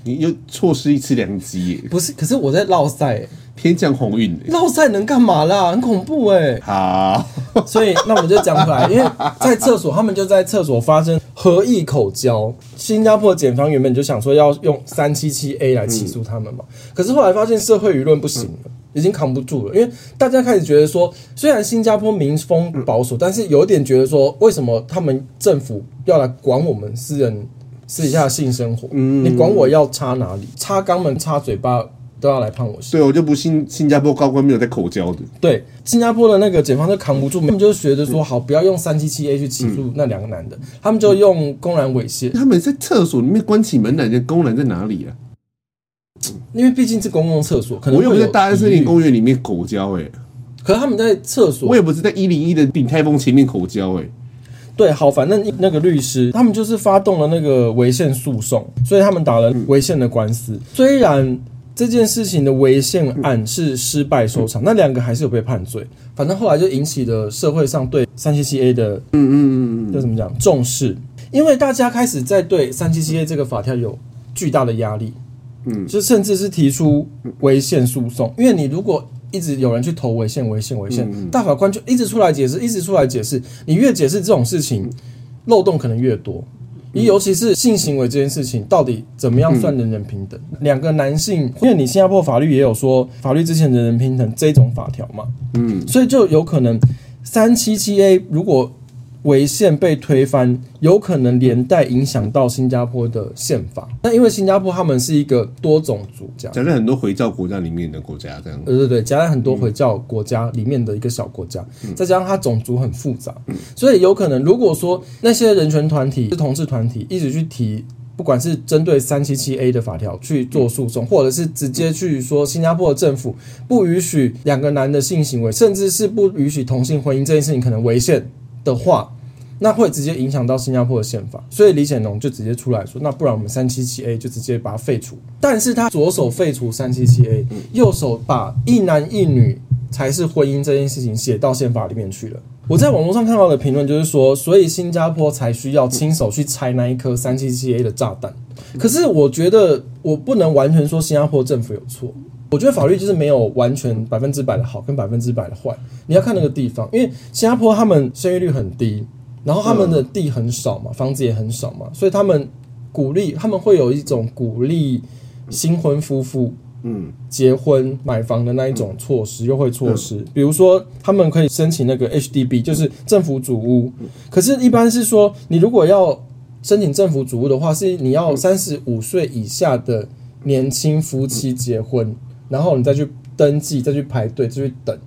[SPEAKER 2] 你又错失一次良机耶，
[SPEAKER 1] 不是，可是我在绕赛、欸，
[SPEAKER 2] 天降鸿运耶。
[SPEAKER 1] 绕赛能干嘛啦？很恐怖哎、
[SPEAKER 2] 好，
[SPEAKER 1] 所以那我们就讲回来，因为在厕所，他们就在厕所发生合意口交。新加坡检方原本就想说要用三七七 A 来起诉他们嘛，可是后来发现社会舆论不行了。已经扛不住了，因为大家开始觉得说，虽然新加坡民风保守，但是有点觉得说，为什么他们政府要来管我们私人私底下的性生活？你管我要插哪里，插肛门、插嘴巴都要来判我
[SPEAKER 2] 所以我就不信新加坡高官没有在口交的。
[SPEAKER 1] 对，新加坡的那个检方就扛不住，他们就觉得说好，不要用三七七 A 去起诉那两个男的，他们就用公然猥亵，
[SPEAKER 2] 他们在厕所里面关起门来，人家公然在哪里啊？
[SPEAKER 1] 因为毕竟是公共厕所，可能
[SPEAKER 2] 我
[SPEAKER 1] 会
[SPEAKER 2] 又
[SPEAKER 1] 有
[SPEAKER 2] 不是在大安森
[SPEAKER 1] 疑
[SPEAKER 2] 林
[SPEAKER 1] 虑，
[SPEAKER 2] 公园里面口交哎、
[SPEAKER 1] 可是他们在厕所
[SPEAKER 2] 我，也不是在一零一的鼎泰丰前面口交哎、
[SPEAKER 1] 对，好，反正那个律师他们就是发动了那个违宪诉讼，所以他们打了违宪的官司，虽然。这件事情的违宪案是失败收场，那两个还是有被判罪。反正后来就引起了社会上对三七七 A 的
[SPEAKER 2] 嗯嗯嗯嗯，
[SPEAKER 1] 就怎么讲重视，因为大家开始在对三七七 A 这个法条有巨大的压力，嗯，就甚至是提出违宪诉讼，因为你如果一直有人去投违宪、违宪、违宪，大法官就一直出来解释，一直出来解释，你越解释这种事情，漏洞可能越多。尤其是性行为这件事情，到底怎么样算人人平等？两个男性，因为你新加坡法律也有说法律之前人人平等这种法条嘛，嗯，所以就有可能三七七 A 如果违宪被推翻，有可能连带影响到新加坡的宪法。那因为新加坡他们是一个多种族这样。
[SPEAKER 2] 讲在很多回教国家里面的国家这样。嗯
[SPEAKER 1] 对对对，加在很多回教国家里面的一个小国家，再加上它种族很复杂，
[SPEAKER 2] 嗯
[SPEAKER 1] 所以有可能如果说那些人权团体、是同志团体一直去提，不管是针对三七七 A 的法条去做诉讼，或者是直接去说新加坡的政府不允许两个男的性行为，甚至是不允许同性婚姻这件事情可能违宪的话。那会直接影响到新加坡的宪法，所以李显龙就直接出来说，那不然我们三七七 A 就直接把它废除。但是他左手废除三七七 A，右手把一男一女才是婚姻这件事情写到宪法里面去了。我在网络上看到的评论就是说，所以新加坡才需要亲手去拆那一颗三七七 A 的炸弹。可是我觉得我不能完全说新加坡政府有错，我觉得法律就是没有完全百分之百的好跟百分之百的坏，你要看那个地方，因为新加坡他们生育率很低，然后他们的地很少嘛，房子也很少嘛，所以他们鼓励他们会有一种鼓励新婚夫妇
[SPEAKER 2] 嗯，
[SPEAKER 1] 结婚买房的那一种措施，优惠措施，比如说他们可以申请那个 HDB，就是政府主屋。可是，一般是说你如果要申请政府主屋的话，是你要三十五岁以下的年轻夫妻结婚，然后你再去登记，再去排队，再去等，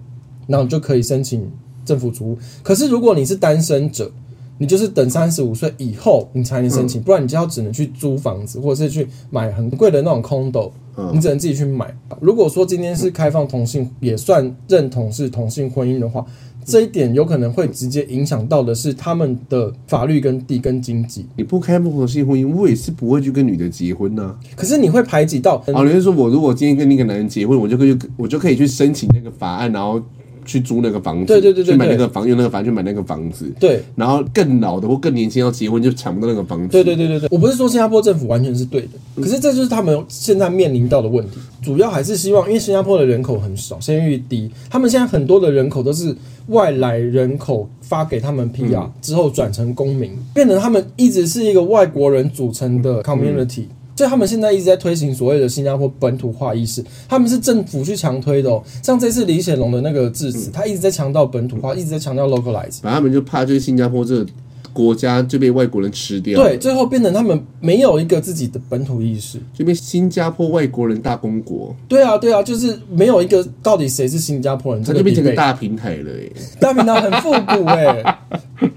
[SPEAKER 1] 然后你就可以申请政府主屋。可是如果你是单身者，你就是等三十五岁以后你才能申请，不然你就要只能去租房子，或者是去买很贵的那种 condo，、你只能自己去买。如果说今天是开放同性，也算认同是同性婚姻的话，这一点有可能会直接影响到的是他们的法律跟地跟经济。
[SPEAKER 2] 你不开不同性婚姻，我也是不会去跟女的结婚啊呐、
[SPEAKER 1] 可是你会排挤到，
[SPEAKER 2] 哦，你是说我如果今天跟那个男人结婚，我就可以我就可以去申请那个法案，然后去租那个房子，
[SPEAKER 1] 对对对对
[SPEAKER 2] 去买那
[SPEAKER 1] 对
[SPEAKER 2] 个房，用那个房去买那个房子，
[SPEAKER 1] 对
[SPEAKER 2] 然后更老的或更年轻要结婚就抢不到那个房子，
[SPEAKER 1] 对对对对对，我不是说新加坡政府完全是对的，可是这就是他们现在面临到的问题，主要还是希望，因为新加坡的人口很少，生育率低，他们现在很多的人口都是外来人口发给他们 PR、之后转成公民，变成他们一直是一个外国人组成的 community。所以他们现在一直在推行所谓的新加坡本土化意识，他们是政府去强推的哦。像这次李显龙的那个致辞，他一直在强调本土化，一直在强调 localize。
[SPEAKER 2] 反正他们就怕就是新加坡这个国家就被外国人吃掉，
[SPEAKER 1] 对，，最后变成他们没有一个自己的本土意识。
[SPEAKER 2] 就变新加坡外国人大公国，
[SPEAKER 1] 对啊，对啊，就是没有一个到底谁是新加坡人
[SPEAKER 2] 它
[SPEAKER 1] 这
[SPEAKER 2] 就
[SPEAKER 1] 个
[SPEAKER 2] 变
[SPEAKER 1] d
[SPEAKER 2] 成个
[SPEAKER 1] e 大
[SPEAKER 2] 大平台了耶，
[SPEAKER 1] 大平台很复古哎、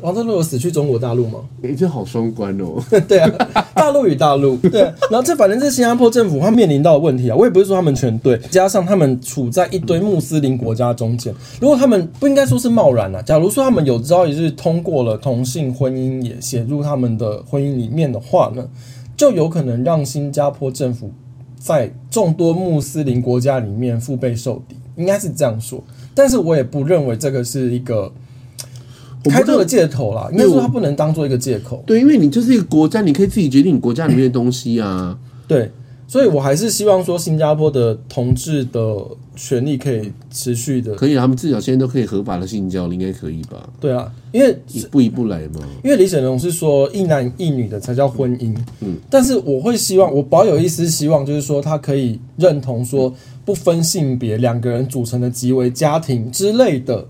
[SPEAKER 1] 王振路有死去中国大陆吗？
[SPEAKER 2] 哎、这好双关哦，
[SPEAKER 1] 对啊，大陆与大陆，对、啊。然后这反正是新加坡政府他面临到的问题啊，我也不是说他们全对，加上他们处在一堆穆斯林国家中间，如果他们不应该说是贸然啊，假如说他们有朝一日通过了同性婚姻也写入他们的婚姻里面的话呢，就有可能让新加坡政府在众多穆斯林国家里面腹背受敌，应该是这样说。但是我也不认为这个是一个
[SPEAKER 2] 我
[SPEAKER 1] 开
[SPEAKER 2] 不知
[SPEAKER 1] 脱
[SPEAKER 2] 道
[SPEAKER 1] 的借口啦，应该说它不能当做一个借口。
[SPEAKER 2] 对，因为你就是一个国家，你可以自己决定你国家里面的东西啊。
[SPEAKER 1] 对，所以我还是希望说新加坡的同志的权利可以持续的，
[SPEAKER 2] 可以啊，他们至少现在都可以合法的性交了，应该可以吧？
[SPEAKER 1] 对啊，因为
[SPEAKER 2] 一步一步来嘛。
[SPEAKER 1] 因为李显龙是说一男一女的才叫婚姻，嗯，但是我会希望我保有一丝希望，就是说他可以认同说不分性别两个人组成的极为家庭之类的，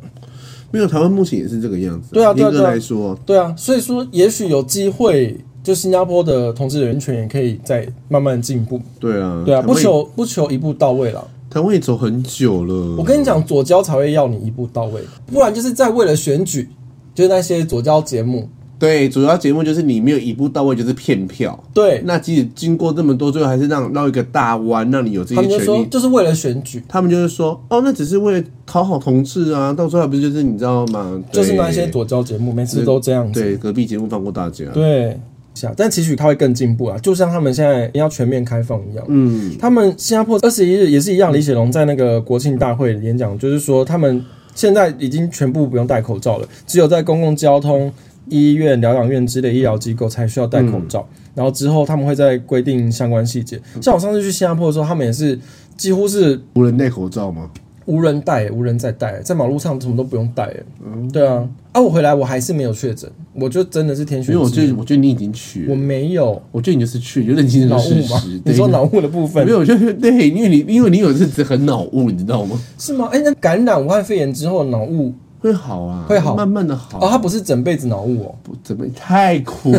[SPEAKER 2] 没有，台湾目前也是这个样子。
[SPEAKER 1] 对啊对啊
[SPEAKER 2] 严格
[SPEAKER 1] 对啊
[SPEAKER 2] 来说，
[SPEAKER 1] 对啊，所以说也许有机会。就新加坡的同志人权也可以再慢慢进步，
[SPEAKER 2] 对啊，
[SPEAKER 1] 对啊，
[SPEAKER 2] 台
[SPEAKER 1] 不
[SPEAKER 2] 湾也
[SPEAKER 1] 求不求一步到位了。
[SPEAKER 2] 台湾也走很久了。
[SPEAKER 1] 我跟你，讲，左交才会要你一步到位，不然就是在为了选举，就是那些左交节目，
[SPEAKER 2] 对，主要节目就是你没有一步到位，就是骗票。
[SPEAKER 1] 对
[SPEAKER 2] 那即使经过这么多，最后还是让绕一个大弯，让你有这
[SPEAKER 1] 他
[SPEAKER 2] 些
[SPEAKER 1] 们就
[SPEAKER 2] 权
[SPEAKER 1] 说
[SPEAKER 2] 利。
[SPEAKER 1] 就是为了选举，
[SPEAKER 2] 他们就是说，哦，那只是为了讨好同志啊，到最后不是就是你知道吗？对
[SPEAKER 1] 就是那些左交节目，每次都这样子，
[SPEAKER 2] 对隔壁节目放过大家。
[SPEAKER 1] 对。是啊但其实他会更进步啊，就像他们现在要全面开放一样。嗯，他们新加坡二十一日也是一样，李显龙在那个国庆大会演讲，就是说他们现在已经全部不用戴口罩了，只有在公共交通、医院、疗养院之类医疗机构才需要戴口罩。
[SPEAKER 2] 嗯
[SPEAKER 1] 然后之后他们会再规定相关细节。像我上次去新加坡的时候，他们也是几乎是
[SPEAKER 2] 无人戴口罩吗？
[SPEAKER 1] 无人带，无人再带，在马路上什么都不用带。
[SPEAKER 2] 嗯
[SPEAKER 1] 对啊，啊，我回来我还是没有确诊，我就真的是天
[SPEAKER 2] 因
[SPEAKER 1] 选
[SPEAKER 2] 为我
[SPEAKER 1] 之
[SPEAKER 2] 觉
[SPEAKER 1] 人。
[SPEAKER 2] 得，我觉得你已经去了
[SPEAKER 1] 我没有
[SPEAKER 2] 我觉得你就是去，就认清这
[SPEAKER 1] 脑
[SPEAKER 2] 个事
[SPEAKER 1] 雾吗
[SPEAKER 2] 实。？
[SPEAKER 1] 你
[SPEAKER 2] 对
[SPEAKER 1] 说脑雾的部分
[SPEAKER 2] 没有，就是对，因为你因为你有阵子很脑雾，你知道吗？
[SPEAKER 1] 是吗？哎、那感染武汉肺炎之后脑雾
[SPEAKER 2] 会好啊，
[SPEAKER 1] 会好
[SPEAKER 2] 慢慢的好。
[SPEAKER 1] 哦，它不是整辈子脑雾哦。
[SPEAKER 2] 不怎么太 苦，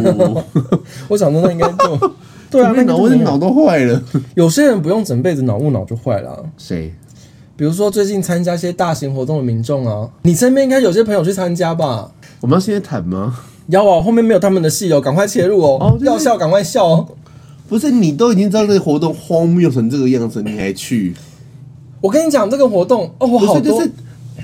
[SPEAKER 1] 我想说那应该就 对啊，那个
[SPEAKER 2] 脑
[SPEAKER 1] 就
[SPEAKER 2] 我
[SPEAKER 1] 没有
[SPEAKER 2] 脑都坏了。
[SPEAKER 1] 有些人不用整辈子脑雾，脑就坏了啊、
[SPEAKER 2] 谁？
[SPEAKER 1] 比如说最近参加一些大型活动的民众啊，你身边应该有些朋友去参加吧？
[SPEAKER 2] 我们要现在谈吗？
[SPEAKER 1] 要啊，后面没有他们的戏哦，赶快切入哦，
[SPEAKER 2] 哦就是
[SPEAKER 1] 要笑赶快笑哦。
[SPEAKER 2] 不是，你都已经知道这个活动荒谬成这个样子，你还去？
[SPEAKER 1] 我跟你讲这个活动哦，我
[SPEAKER 2] 不
[SPEAKER 1] 好
[SPEAKER 2] 是，
[SPEAKER 1] 多，
[SPEAKER 2] 就是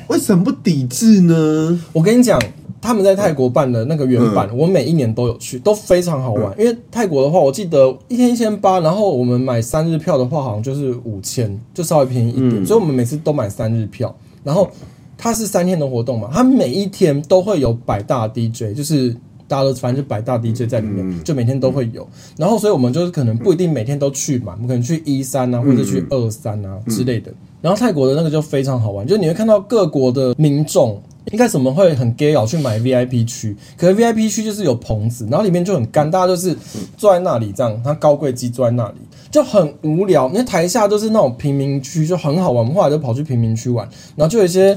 [SPEAKER 2] 为什么不抵制呢？
[SPEAKER 1] 我跟你讲。他们在泰国办的那个原版，我每一年都有去，都非常好玩。因为泰国的话，我记得一天一千八，然后我们买三日票的话，好像就是五千，就稍微便宜一点。所以我们每次都买三日票。然后它是三天的活动嘛，它每一天都会有百大 DJ，就是大家都反正就百大 DJ 在里面，就每天都会有。然后所以我们就是可能不一定每天都去嘛，我们可能去一三啊，或者去二三啊之类的。然后泰国的那个就非常好玩，就是你会看到各国的民众。一开始我们会很 gay 啊佬去买 VIP 区，可是 VIP 区就是有棚子，然后里面就很干，大家就是坐在那里这样，他高贵鸡坐在那里就很无聊。因为台下都是那种贫民区，就很好玩。我们后来就跑去贫民区玩，然后就有一些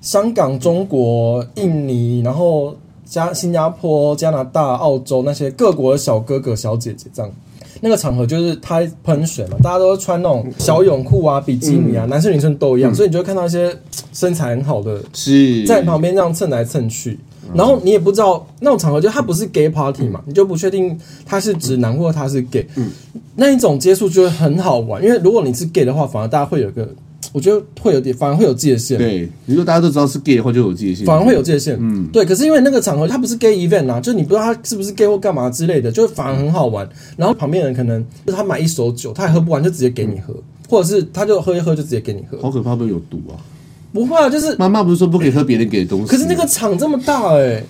[SPEAKER 1] 香港、中国、印尼，然后加新加坡、加拿大、澳洲那些各国的小哥哥、小姐姐这样。那个场合就是他喷水嘛，大家都穿那种小泳裤啊、比基尼啊，男生女生都一样，所以你就会看到一些嘖身材很好的
[SPEAKER 2] 是
[SPEAKER 1] 在旁边这样蹭来蹭去，然后你也不知道那种场合，就他不是 gay party 嘛，你就不确定他是直男或者他是 gay，、那一种接触就会很好玩，因为如果你是 gay 的话，反而大家会有一个，我觉得会有点，反而会有界限，
[SPEAKER 2] 对，如果大家都知道是 gay 的话，就有界限，
[SPEAKER 1] 反而会有界限。嗯，对。可是因为那个场合它不是 gay event 啊，就你不知道他是不是 gay 或干嘛之类的，就反而很好玩。然后旁边人可能就是他买一手酒，他也喝不完，就直接给你喝，或者是他就喝一喝就直接给你喝。
[SPEAKER 2] 好可怕，会不会有毒啊？
[SPEAKER 1] 不会啊，就是
[SPEAKER 2] 妈妈不是说不可以喝别人给的东西？
[SPEAKER 1] 可是那个场这么大哎、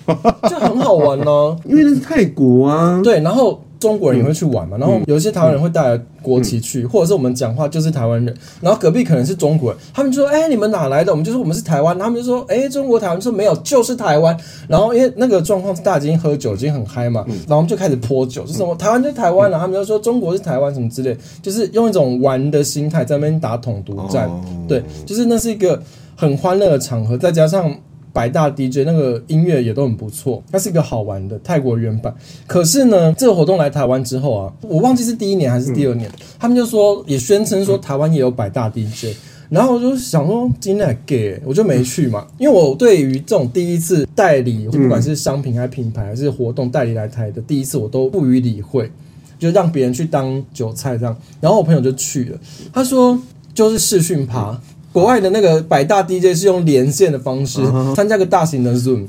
[SPEAKER 1] 就很好玩啊呢、
[SPEAKER 2] 因为那是泰国啊，
[SPEAKER 1] 对，然后中国人也会去玩嘛，然后有一些台湾人会带来国旗去，或者是我们讲话就是台湾人，然后隔壁可能是中国人，他们就说：“哎、你们哪来的？”我们就说我们是台湾，他们就说：“哎、中国台湾。”说没有，就是台湾。然后因为那个状况是大家已经喝酒，已经很嗨嘛，然后我们就开始泼酒，就什么台湾就是台湾啊了、然后他们就说中国是台湾什么之类，就是用一种玩的心态在那边打统独战。
[SPEAKER 2] 哦
[SPEAKER 1] 对，就是那是一个很欢乐的场合，再加上百大 DJ 那个音乐也都很不错，它是一个好玩的泰国原版。可是呢，这个活动来台湾之后啊，我忘记是第一年还是第二年，他们就说也宣称说台湾也有百大 DJ。然后我就想说，今天给我就没去嘛，因为我对于这种第一次代理，不管是商品还是品牌还是活动代理来台的第一次，我都不予理会。就让别人去当韭菜这样。然后我朋友就去了，他说就是视讯趴。国外的那个百大 DJ 是用连线的方式参加个大型的 Zoom，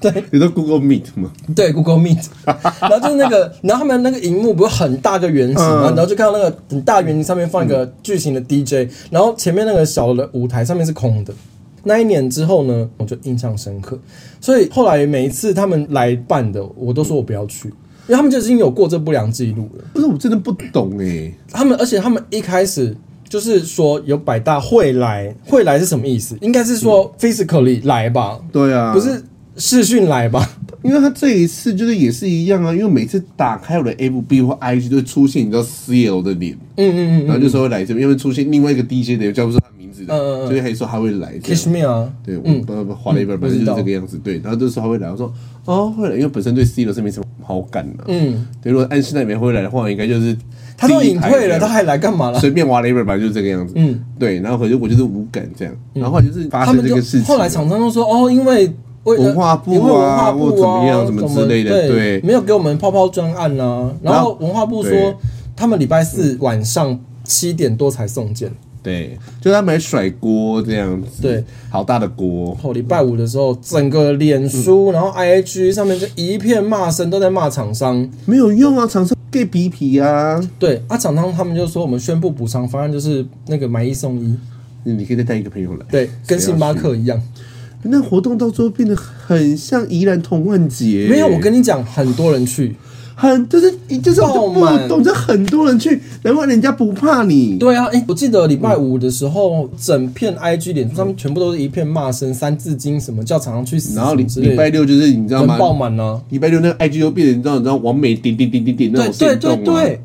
[SPEAKER 2] 对， 你说 Google Meet 吗？
[SPEAKER 1] 对 Google Meet，然后就是那个，然后他们那个荧幕不是很大个圆形嘛，然后就看到那个很大圆形上面放一个巨型的 DJ，然后前面那个小的舞台上面是空的。那一年之后呢，我就印象深刻，所以后来每一次他们来办的，我都说我不要去，因为他们就已经有过这不良记录了。
[SPEAKER 2] 不是，我真的不懂哎、
[SPEAKER 1] 他们，而且他们一开始就是说有百大会来，会来是什么意思？应该是说 physically 来吧，
[SPEAKER 2] 对嗯啊，
[SPEAKER 1] 不，是视讯来吧？
[SPEAKER 2] 因为他这一次就是也是一样啊，因为每次打开我的 FB 或 IG 就会出现你知道 CL 的脸，嗯嗯嗯，然后就说会来这边，因为出现另外一个 DJ 的，我叫不出他名字
[SPEAKER 1] 嗯
[SPEAKER 2] 的，
[SPEAKER 1] 嗯嗯
[SPEAKER 2] 所以还说他会来这
[SPEAKER 1] k i s
[SPEAKER 2] 样。
[SPEAKER 1] h me 啊，
[SPEAKER 2] 对，我不不划了一半，反
[SPEAKER 1] 不知
[SPEAKER 2] 正就
[SPEAKER 1] 道
[SPEAKER 2] 是这个样子。对，然后这时候他会来，我说哦会来，因为本身对 C 罗是没什么好感的、
[SPEAKER 1] 嗯，
[SPEAKER 2] 对，如果暗示那里面会来的话，应该就是
[SPEAKER 1] 他都
[SPEAKER 2] 第一
[SPEAKER 1] 隐
[SPEAKER 2] 排
[SPEAKER 1] 退
[SPEAKER 2] 这
[SPEAKER 1] 了，
[SPEAKER 2] 样
[SPEAKER 1] 他还来干嘛了？
[SPEAKER 2] 随便挖了一本，反正就是这个样子。
[SPEAKER 1] 嗯，
[SPEAKER 2] 对，然后回去我就是无感这样，然后后来就是发
[SPEAKER 1] 他
[SPEAKER 2] 生
[SPEAKER 1] 们
[SPEAKER 2] 这
[SPEAKER 1] 就
[SPEAKER 2] 个事情。
[SPEAKER 1] 后来厂商都说哦，因为为了
[SPEAKER 2] 文化部啊
[SPEAKER 1] 因为文化部啊
[SPEAKER 2] 或怎么样
[SPEAKER 1] 什
[SPEAKER 2] 什么之类的对
[SPEAKER 1] 对，没有给我们泡泡专案啊。然
[SPEAKER 2] 然
[SPEAKER 1] 后
[SPEAKER 2] 后
[SPEAKER 1] 文化部
[SPEAKER 2] 对
[SPEAKER 1] 说他们礼拜四晚上七点多才送件，
[SPEAKER 2] 嗯对，就他买甩锅这样子，
[SPEAKER 1] 对，
[SPEAKER 2] 好大的锅，
[SPEAKER 1] 后哦礼拜五的时候，整个脸
[SPEAKER 2] 嗯
[SPEAKER 1] 书然后 IG 上面就一片骂声，都在骂厂商。
[SPEAKER 2] 没有用啊，厂商 gay 皮皮啊，
[SPEAKER 1] 对啊，厂商他们就说我们宣布补偿方案就是那个买一送一，
[SPEAKER 2] 你可以再带一个朋友来。
[SPEAKER 1] 对，跟星巴克一样。
[SPEAKER 2] 那活动到最后变得很像宜兰同万节，
[SPEAKER 1] 没有，我跟你讲，很多人去。
[SPEAKER 2] 很就是就是我就
[SPEAKER 1] 爆满
[SPEAKER 2] 不懂，就很多人去，难怪人家不怕你。
[SPEAKER 1] 对啊，哎、我记得礼拜五的时候，整片 IG 脸书上面全部都是一片骂声，三字经什么叫厂商去死，
[SPEAKER 2] 然后礼
[SPEAKER 1] 之
[SPEAKER 2] 礼
[SPEAKER 1] 类
[SPEAKER 2] 拜
[SPEAKER 1] 的，
[SPEAKER 2] 六就是你知道
[SPEAKER 1] 人
[SPEAKER 2] 吗？
[SPEAKER 1] 爆满呢、
[SPEAKER 2] 礼拜六那个 IG 又变成你知道你知道完美点点点点点那
[SPEAKER 1] 对
[SPEAKER 2] 种
[SPEAKER 1] 对
[SPEAKER 2] 行
[SPEAKER 1] 对
[SPEAKER 2] 动
[SPEAKER 1] 对，
[SPEAKER 2] 啊
[SPEAKER 1] 哎。、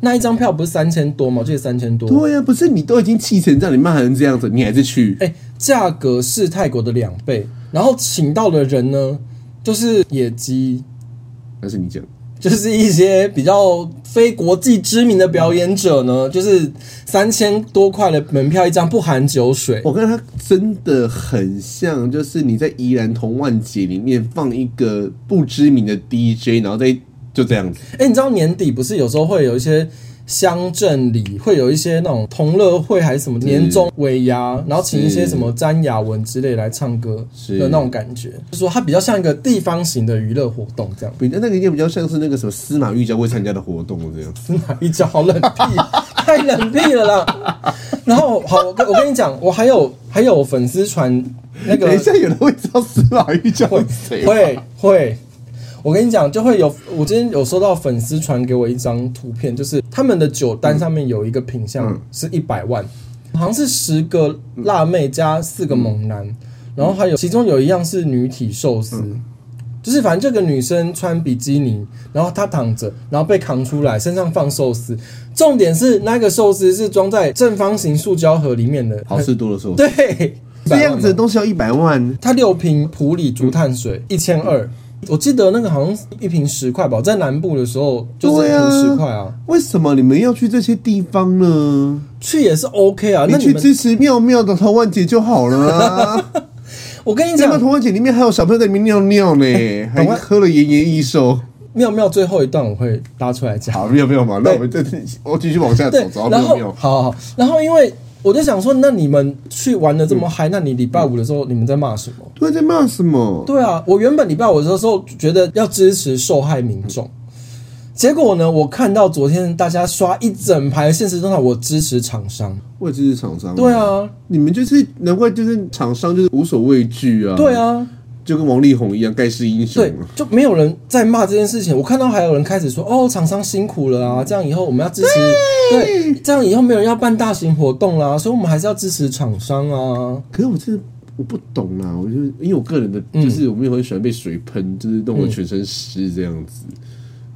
[SPEAKER 1] 那一张票不是三千多吗？我记得三千多。
[SPEAKER 2] 对啊呀、不是你都已经气成这样，你骂成这样子，你还是去？
[SPEAKER 1] 哎、价格是泰国的两倍，然后请到的人呢，就是野鸡，
[SPEAKER 2] 那是你讲，
[SPEAKER 1] 就是一些比较非国际知名的表演者呢，就是三千多块的门票一张，不含酒水。
[SPEAKER 2] 我看他真的很像，就是你在宜兰同万节里面放一个不知名的 DJ，然后再就这样子，
[SPEAKER 1] 哎、你知道年底不是有时候会有一些乡镇里会有一些那种同乐会还是什么年终尾牙，然后请一些什么詹雅文之类来唱歌
[SPEAKER 2] 是
[SPEAKER 1] 的那种感觉，就是说它比较像一个地方型的娱乐活动这样。
[SPEAKER 2] 比那个应该比较像是那个什么司马玉娇会参加的活动这 样。
[SPEAKER 1] 司马一脚好冷僻，啊太冷僻了啦。然后好，我跟我跟你讲，我还有还有粉丝传那个
[SPEAKER 2] 等一下，有人会知道司马玉娇 是谁吗？
[SPEAKER 1] 会会，我跟你讲，就会有我今天有收到粉丝传给我一张图片，就是他们的酒单上面有一个品
[SPEAKER 2] 嗯
[SPEAKER 1] 相是一百万，好像是十个辣妹加四个猛
[SPEAKER 2] 嗯
[SPEAKER 1] 男，然后还有其中有一样是女体寿司。就是反正这个女生穿比基尼，然后她躺着，然后被扛出来，身上放寿司。重点是那个寿司是装在正方形塑胶盒里面的，
[SPEAKER 2] 好事多的时候，
[SPEAKER 1] 对，
[SPEAKER 2] 这样子的东西要一百万，
[SPEAKER 1] 它六瓶普里竹炭
[SPEAKER 2] 嗯
[SPEAKER 1] 水一千二，我记得那个好像一瓶十块吧，我在南部的时候就是一
[SPEAKER 2] 对
[SPEAKER 1] 瓶
[SPEAKER 2] 啊
[SPEAKER 1] 十块啊，
[SPEAKER 2] 为什么你们要去这些地方呢？
[SPEAKER 1] 去也是 OK 啊。那
[SPEAKER 2] 你
[SPEAKER 1] 你
[SPEAKER 2] 去
[SPEAKER 1] 们，
[SPEAKER 2] 支持妙妙的同万节就好了啊。
[SPEAKER 1] 我跟你
[SPEAKER 2] 这个
[SPEAKER 1] 讲，
[SPEAKER 2] 童话姐里面还有小朋友在里面尿尿呢，还
[SPEAKER 1] 赶快
[SPEAKER 2] 喝了奄奄一息。
[SPEAKER 1] 妙妙最后一段我会拉出来讲。
[SPEAKER 2] 好，没有没有嘛，那我们这我继续往下
[SPEAKER 1] 对
[SPEAKER 2] 走，啊走到
[SPEAKER 1] 然
[SPEAKER 2] 妙
[SPEAKER 1] 后
[SPEAKER 2] 妙。
[SPEAKER 1] 好好好，然后因为我就想说，那你们去玩的这么嗨，那你礼拜五
[SPEAKER 2] 嗯
[SPEAKER 1] 的时候你们在骂什么？
[SPEAKER 2] 突然在骂什么？
[SPEAKER 1] 对啊，我原本礼拜五的时候觉得要支持受害民众，结果呢，我看到昨天大家刷一整排现实动态，我支持厂商。
[SPEAKER 2] 我也支持厂商。
[SPEAKER 1] 对，啊，
[SPEAKER 2] 你们就是难怪就是厂商就是无所畏惧啊。
[SPEAKER 1] 对，啊，
[SPEAKER 2] 就跟王力宏一样盖世英雄
[SPEAKER 1] 对
[SPEAKER 2] 啊。，
[SPEAKER 1] 就没有人在骂这件事情。我看到还有人开始说：“哦，厂商辛苦了啊，这样以后我们要支持，对，这样以后没有人要办大型活动啦，所以我们还是要支持厂商啊。
[SPEAKER 2] 可是我真的我不懂啊，我就是因为我个人的
[SPEAKER 1] 嗯
[SPEAKER 2] 就是我没有很喜欢被水喷，就是弄我全身湿这样子。”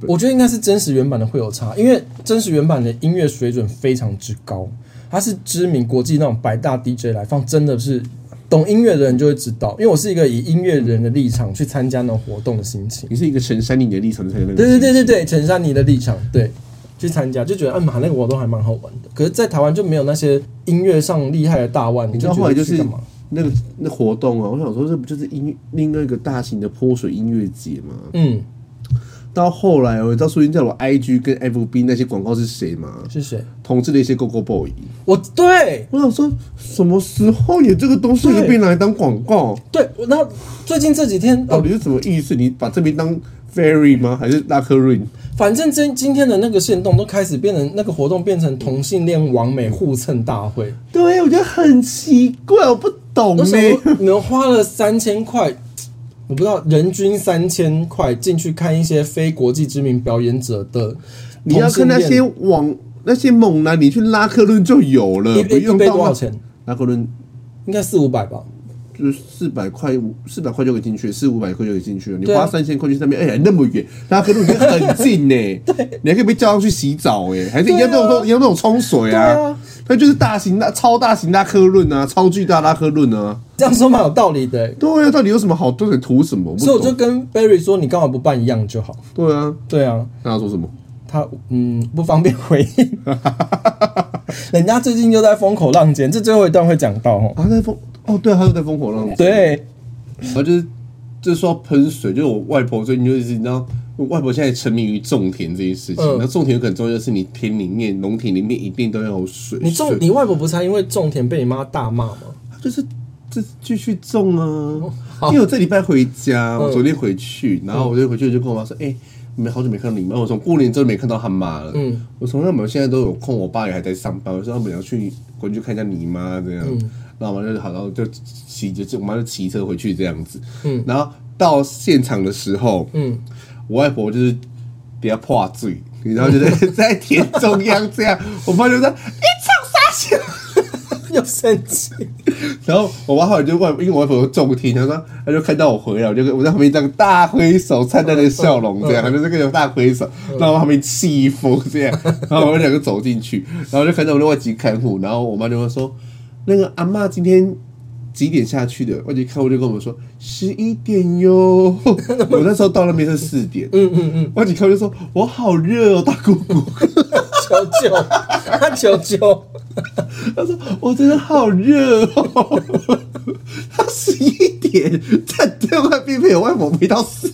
[SPEAKER 1] 我觉得应该是真实原版的会有差，因为真实原版的音乐水准非常之高，它是知名国际那种百大 DJ 来放，真的是懂音乐的人就会知道。因为我是一个以音乐人的立场去参加那种活动的心情。
[SPEAKER 2] 你是一个陈珊妮的立场才有那个。
[SPEAKER 1] 对对对对。对，陈珊妮的立场，对，去参加就觉得，嗯，那个活动还蛮好玩的。可是，在台湾就没有那些音乐上厉害的大腕，你
[SPEAKER 2] 你知
[SPEAKER 1] 就
[SPEAKER 2] 道
[SPEAKER 1] 觉
[SPEAKER 2] 后来
[SPEAKER 1] 得
[SPEAKER 2] 就
[SPEAKER 1] 去
[SPEAKER 2] 是
[SPEAKER 1] 干嘛？
[SPEAKER 2] 那个那活动啊，我想说这不就是音另外一个大型的泼水音乐节吗？
[SPEAKER 1] 嗯，
[SPEAKER 2] 到后来我到出现在我 IG 跟 FB 那些广告是谁吗？
[SPEAKER 1] 是谁？
[SPEAKER 2] 同志的一些 GoGo Boy。
[SPEAKER 1] 我对
[SPEAKER 2] 我想说，什么时候你这个东西
[SPEAKER 1] 对
[SPEAKER 2] 会被拿来当广告？
[SPEAKER 1] 对，我然后最近这几天，
[SPEAKER 2] 到
[SPEAKER 1] 哦，
[SPEAKER 2] 底是什么意思？你把这边当 Ferry 吗？还是拉克润？
[SPEAKER 1] 反正今今天的那个线动都开始变成那个活动变成同性恋网美互蹭大会。
[SPEAKER 2] 对，我觉得很奇怪，我不懂
[SPEAKER 1] 我
[SPEAKER 2] 欸呢、
[SPEAKER 1] 想说，你们花了三千块，我不知道人均三千块进去看一些非国际知名表演者的同性恋，
[SPEAKER 2] 你要跟那些网那些猛男，你去拉克润就有了，
[SPEAKER 1] 一
[SPEAKER 2] 不
[SPEAKER 1] 杯一
[SPEAKER 2] 用
[SPEAKER 1] 杯
[SPEAKER 2] 到
[SPEAKER 1] 多少
[SPEAKER 2] 那
[SPEAKER 1] 钱？
[SPEAKER 2] 拉克润
[SPEAKER 1] 应该四五百吧。
[SPEAKER 2] 就是四百块，四百块就可以进去，四五百块就可以进去了。你
[SPEAKER 1] 对啊
[SPEAKER 2] 花三千块去那边，哎、呀，那么远，拉克路已经很近呢、 你还可以被叫上去洗澡哎、还是一样
[SPEAKER 1] 对
[SPEAKER 2] 那种、
[SPEAKER 1] 啊
[SPEAKER 2] 一样那种冲水
[SPEAKER 1] 对
[SPEAKER 2] 啊
[SPEAKER 1] 啊。
[SPEAKER 2] 它就是大型拉超大型拉科论啊，超巨大拉科论啊。
[SPEAKER 1] 这样说蛮有道理的欸、
[SPEAKER 2] 对啊，到底有什么好？到底图什么？我不
[SPEAKER 1] 所以我就
[SPEAKER 2] 懂
[SPEAKER 1] 跟 Barry 说，你干嘛不办一样就好？
[SPEAKER 2] 对啊，
[SPEAKER 1] 对啊，
[SPEAKER 2] 那他说什么？
[SPEAKER 1] 他嗯不方便回应。 人家最近又在风口浪尖，这最后一段会讲到哦。
[SPEAKER 2] 啊，在风哦，对、啊，他是在风火浪。
[SPEAKER 1] 对，
[SPEAKER 2] 然后就是就是说到喷水，就是我外婆最近就是你知道，我外婆现在沉迷于种田这件事情。
[SPEAKER 1] 嗯
[SPEAKER 2] 那、种田有个很重要，就是你田里面、农田里面一定都要有水。
[SPEAKER 1] 你种
[SPEAKER 2] 水
[SPEAKER 1] 你外婆不是还因为种田被你妈大骂吗？
[SPEAKER 2] 就是就是继续种
[SPEAKER 1] 哦
[SPEAKER 2] 啊。因为我这礼拜回
[SPEAKER 1] 嗯
[SPEAKER 2] 家，我昨天回去，然后我就回去就跟我妈说，哎、没好久没看到你妈，我从过年之后没看到他妈了。
[SPEAKER 1] 嗯，
[SPEAKER 2] 我从那我们现在都有空，我爸也还在上班，我说那我们要去回去看一下你妈这
[SPEAKER 1] 嗯
[SPEAKER 2] 样。然后我妈就好，然后就骑就我妈就骑车回去这样子。嗯，然后到现场的时候，
[SPEAKER 1] 嗯，
[SPEAKER 2] 我外婆就是比较破醉，然后就在 在田中央这样，我爸就说：“哎、唱啥小？”
[SPEAKER 1] 又生气，
[SPEAKER 2] 然后我妈后来就外，因为我外婆有重听，她说她就看到我回来，我就跟我在旁边这样大挥手，灿烂的笑容这样，她就是跟我大挥手，然后我旁边气疯这样，然后我们两个走进去，然后就看到我们外籍看护，然后我妈就会说，那个阿嬷今天。几点下去的？外籍看护就跟我们说十一点 哟。我那时候到那边是四点。嗯嗯嗯。外籍看护就说：“我好热哦，大姑姑。”
[SPEAKER 1] 求救， 他求救。
[SPEAKER 2] 他说：“ 我真的好热哦。” 他十一点在对外并配，我外婆陪到四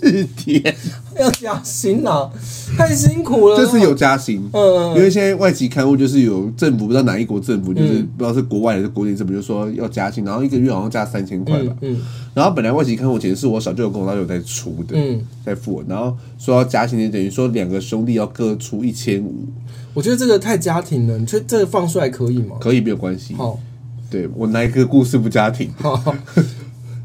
[SPEAKER 2] 点，
[SPEAKER 1] 要加薪啦，太辛苦了。
[SPEAKER 2] 这是有加薪。
[SPEAKER 1] 嗯嗯嗯
[SPEAKER 2] 因为现在外籍看护就是有政府，不知道哪一国政府，就是
[SPEAKER 1] 嗯
[SPEAKER 2] 不知道是国外还是国内政府，就说要加薪，然后一个月好像加三千块吧。
[SPEAKER 1] 嗯嗯
[SPEAKER 2] 然后本来外籍看护钱是我小舅有跟我大舅在出的，
[SPEAKER 1] 嗯
[SPEAKER 2] 在付，然后说要加薪，等于说两个兄弟要各出一千五，
[SPEAKER 1] 我觉得这个太家庭了，你觉得这个放出来可以吗？
[SPEAKER 2] 可以没有关系。
[SPEAKER 1] 好，
[SPEAKER 2] 对我来一个故事不家庭。
[SPEAKER 1] 好，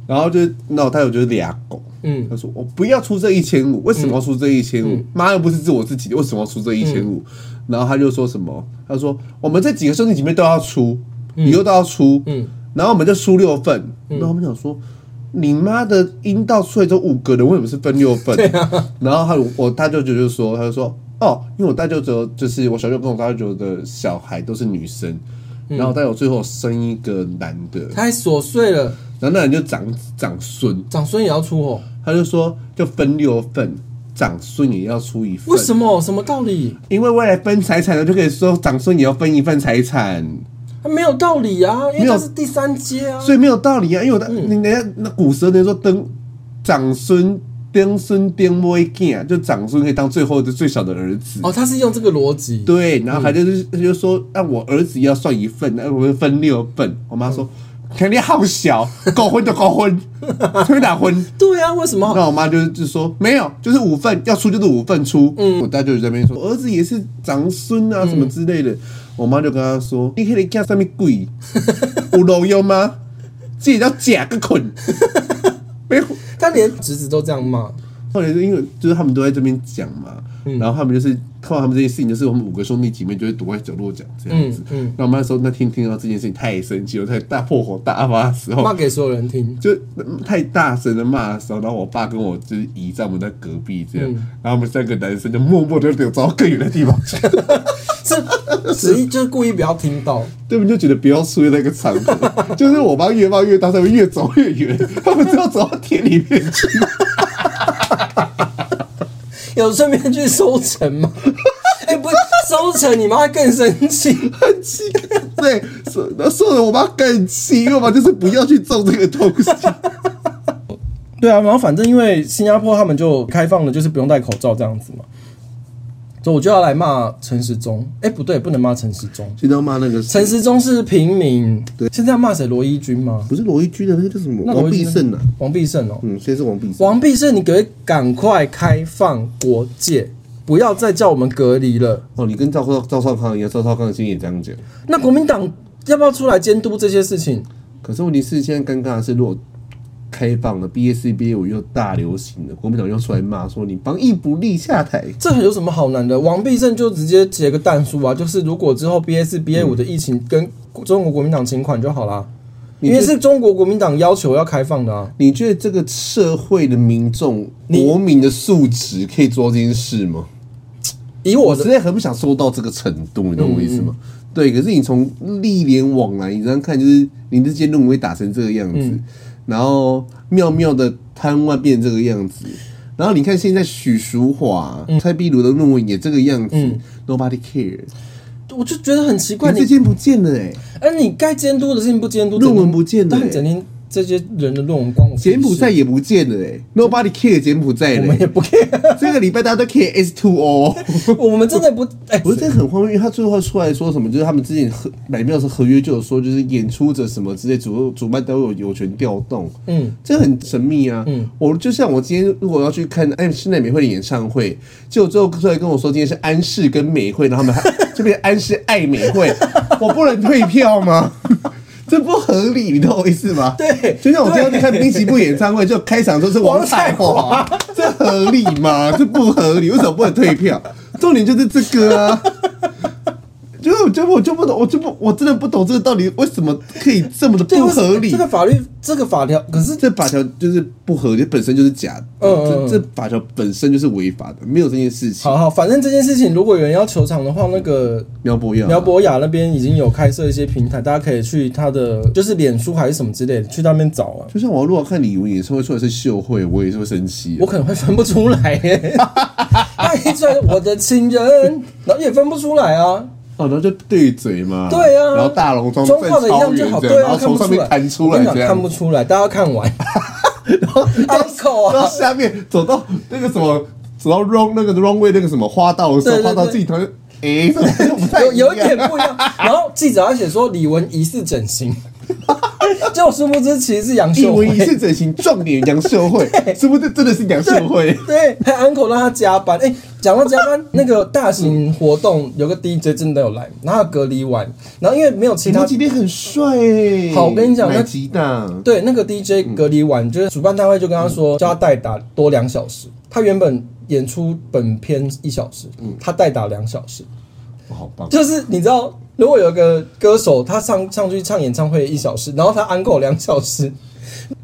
[SPEAKER 2] 然后就那我他有就是俩狗，
[SPEAKER 1] 嗯
[SPEAKER 2] 他说我不要出这一千五，为什么要出这一千五？妈又不是自我自己的，为什么要出这一千五？
[SPEAKER 1] 嗯
[SPEAKER 2] 然后他就说什么？他说我们这几个兄弟姐妹都要出，以后都要出，
[SPEAKER 1] 嗯
[SPEAKER 2] 然后我们就出六份。然后我们想说，你妈的阴道出来就五个人，为什么是分六 份？
[SPEAKER 1] 啊
[SPEAKER 2] 然后他有我大舅舅就说，他就说哦，因为我大舅舅就是我小舅跟我大舅舅的小孩都是女生，
[SPEAKER 1] 嗯
[SPEAKER 2] 然后但我最后生一个男的，
[SPEAKER 1] 太琐碎了，
[SPEAKER 2] 然后那人就长长孙。
[SPEAKER 1] 长孙也要出哦？
[SPEAKER 2] 他就说就分六份，长孙也要出一份。
[SPEAKER 1] 为什么？什么道理？
[SPEAKER 2] 因为未来分财产的就可以说长孙也要分一份财产，
[SPEAKER 1] 他没有道理啊，因为
[SPEAKER 2] 没有
[SPEAKER 1] 这是第三阶啊。
[SPEAKER 2] 所以没有道理啊。因为我的、你人家那古时候人家说登长孙。登孙登摸一件，就长孙可以当最后的最小的儿子。
[SPEAKER 1] 哦，他是用这个逻辑，
[SPEAKER 2] 对，然后他就是、他就说，那我儿子要算一份，那我们分六份。我妈说，肯定好小，搞婚就搞婚，推打婚。
[SPEAKER 1] 对呀、啊，为什么？
[SPEAKER 2] 那我妈就就说没有，就是五份，要出就是五份出。嗯，我大舅就在那边说，我儿子也是长孙啊，
[SPEAKER 1] 嗯
[SPEAKER 2] 什么之类的。我妈就跟他说，你可以干上面鬼， 有路用吗？自己要假个捆， 没有。
[SPEAKER 1] 他连侄子都这样骂，
[SPEAKER 2] 后来就因为就是他们都在这边讲嘛，
[SPEAKER 1] 嗯
[SPEAKER 2] 然后他们就是看到他们这些事情，就是我们五个兄弟姐妹就会躲在角落讲这样子。
[SPEAKER 1] 嗯嗯
[SPEAKER 2] 那我妈那时候那天听到这件事情太生气了，太大破火大发的时候，
[SPEAKER 1] 骂给所有人听。
[SPEAKER 2] 就嗯太大声的骂的时候，然后我爸跟我就是姨丈们在隔壁这样，然后我们三个男生就默默的流走到更远的地方 去，
[SPEAKER 1] 这旨意就是故意不要听到，
[SPEAKER 2] 对们就觉得不要出现那个场合，就是我爸越骂越大声，他们越走越远， 他们就要走到田里面去。
[SPEAKER 1] 有顺便去收成 吗？哎、不是收成，你妈会更生气。
[SPEAKER 2] 很气，对，说说的我妈更气，因为我妈就是不要去种这个东 西。
[SPEAKER 1] 对啊，然后反正因为新加坡他们就开放了，就是不用戴口罩这样子嘛。所以我就要来骂陈时中，哎、不对，不能骂陈时中，
[SPEAKER 2] 现在要骂那个
[SPEAKER 1] 陈时中是平民。对，现在要骂谁？罗伊军吗？
[SPEAKER 2] 不是罗一军的那个叫什么
[SPEAKER 1] 那罗
[SPEAKER 2] 王
[SPEAKER 1] 伊
[SPEAKER 2] 必
[SPEAKER 1] 军
[SPEAKER 2] 胜啊？
[SPEAKER 1] 王必胜哦，
[SPEAKER 2] 嗯，先是王必胜，
[SPEAKER 1] 王必胜，你给赶快开放国界，不要再叫我们隔离了。
[SPEAKER 2] 哦，你跟赵少赵少康一样，赵少康今天也这样讲。
[SPEAKER 1] 那国民党要不要出来监督这些事情？
[SPEAKER 2] 可是问题是，现在尴尬的是，如果开放了 B A C B A 五又大流行了，国民党又出来骂说你帮义不利下台，
[SPEAKER 1] 这有什么好难的？王必胜就直接截个弹书啊，就是如果之后 B S B A 五的疫情跟中国国民党请款就好啦，因为是中国国民党要求要开放的啊。
[SPEAKER 2] 你觉得这个社会的民众、国民的素质可以做到这件事吗？
[SPEAKER 1] 以我
[SPEAKER 2] 我实
[SPEAKER 1] 的
[SPEAKER 2] 在很不想说到这个程度，你懂我意思吗？对，可是你从历年往来，你这样看，就是你这些论文会打成这个样子，然后妙妙的贪污变成这个样子，然后你看现在许淑华、蔡壁如的论文也这个样子、n o b o d y care，
[SPEAKER 1] 我就觉得很奇怪，
[SPEAKER 2] 你这
[SPEAKER 1] 你
[SPEAKER 2] 件不见了哎、
[SPEAKER 1] 哎，你该监督的事情不监督，
[SPEAKER 2] 论文
[SPEAKER 1] 整天
[SPEAKER 2] 不见了
[SPEAKER 1] 但
[SPEAKER 2] 欸
[SPEAKER 1] 整天这些人的论文关我屁事
[SPEAKER 2] 柬埔寨也不见了哎、n o b o d y care 柬埔寨
[SPEAKER 1] 我
[SPEAKER 2] 嘞、
[SPEAKER 1] 们也不 care，
[SPEAKER 2] 这个礼拜大家都 care S two O。
[SPEAKER 1] 我们真的不哎，
[SPEAKER 2] 不是，这很荒谬，因为他最后出来说什么，就是他们之前合买票时合约就有说，就是演出者什么之类，主主办单位有有权调动，
[SPEAKER 1] 嗯，
[SPEAKER 2] 这很神秘啊。嗯，我就像我今天如果要去看安室奈美惠的演唱会，结果最后出来跟我说今天是安室跟美惠，然后他们还 这边安室爱美惠， 我不能退票吗？ 这不合理，你懂我意思吗？
[SPEAKER 1] 对
[SPEAKER 2] 就像我今天去看滨崎步演唱会，就开场都是王彩华，这合理吗？这不合理，为什么不能退票？重点就是这个啊。就我就我就不懂，我就不我真的不懂这个到底为什么可以这么的
[SPEAKER 1] 对
[SPEAKER 2] 不合理
[SPEAKER 1] 这。个法律这个法条，可是
[SPEAKER 2] 这法条就是不合理，本身就是假的。
[SPEAKER 1] 嗯嗯嗯
[SPEAKER 2] 这这法条本身就是违法的，没有这件事情。
[SPEAKER 1] 好好，反正这件事情如果有人要求偿的话，那个
[SPEAKER 2] 苗博雅，
[SPEAKER 1] 苗博雅那边已经有开设一些平台，大家可以去他的就是脸书还是什么之类的，去那边找啊。
[SPEAKER 2] 就像我如果看李玟演唱会出来是秀慧，我也是会生气
[SPEAKER 1] 我。可能会分不出 来耶，他一出来我的亲人，然后也分不出来啊。
[SPEAKER 2] 哦，然后就对嘴嘛。
[SPEAKER 1] 对啊，
[SPEAKER 2] 然后大龙装
[SPEAKER 1] 妆化的一样就好，对
[SPEAKER 2] 然
[SPEAKER 1] 啊，
[SPEAKER 2] 后
[SPEAKER 1] 看
[SPEAKER 2] 从
[SPEAKER 1] 不
[SPEAKER 2] 上
[SPEAKER 1] 出
[SPEAKER 2] 面
[SPEAKER 1] 来，
[SPEAKER 2] 弹出
[SPEAKER 1] 我跟
[SPEAKER 2] 来
[SPEAKER 1] 你讲
[SPEAKER 2] 这样
[SPEAKER 1] 看。不出来，大家看 完
[SPEAKER 2] 然后到
[SPEAKER 1] uncle
[SPEAKER 2] 到
[SPEAKER 1] 啊，
[SPEAKER 2] 下面走到那个什么，走到 wrong 那个 wrong way 那个什么花道的时候，
[SPEAKER 1] 对对对
[SPEAKER 2] 花道自己突然哎，怎么又不太
[SPEAKER 1] 有有一
[SPEAKER 2] 样
[SPEAKER 1] 点不一 样。然后记者还写说李玟疑似整 形，结果殊不知其实是杨
[SPEAKER 2] 一
[SPEAKER 1] 秀
[SPEAKER 2] 文
[SPEAKER 1] 慧
[SPEAKER 2] 一。世整形撞脸杨 秀慧，是不是真的是杨秀慧？
[SPEAKER 1] 对，还 uncle 让他加班。哎、讲到加班，那个大型活动有个 DJ 真的有来，然后他隔离完，然后因为没有其
[SPEAKER 2] 你
[SPEAKER 1] 他
[SPEAKER 2] 们今天很帅哎、
[SPEAKER 1] 好我跟你讲那
[SPEAKER 2] 买吉大，
[SPEAKER 1] 对，那个 DJ 隔离完，就是主办单位就跟他说，叫他代打多两小时。他原本演出本片一小时，他代打两小时，
[SPEAKER 2] 哇好棒！
[SPEAKER 1] 就是你知道，如果有个歌手他上上去唱演唱会一小时，然后他 uncle 两小时，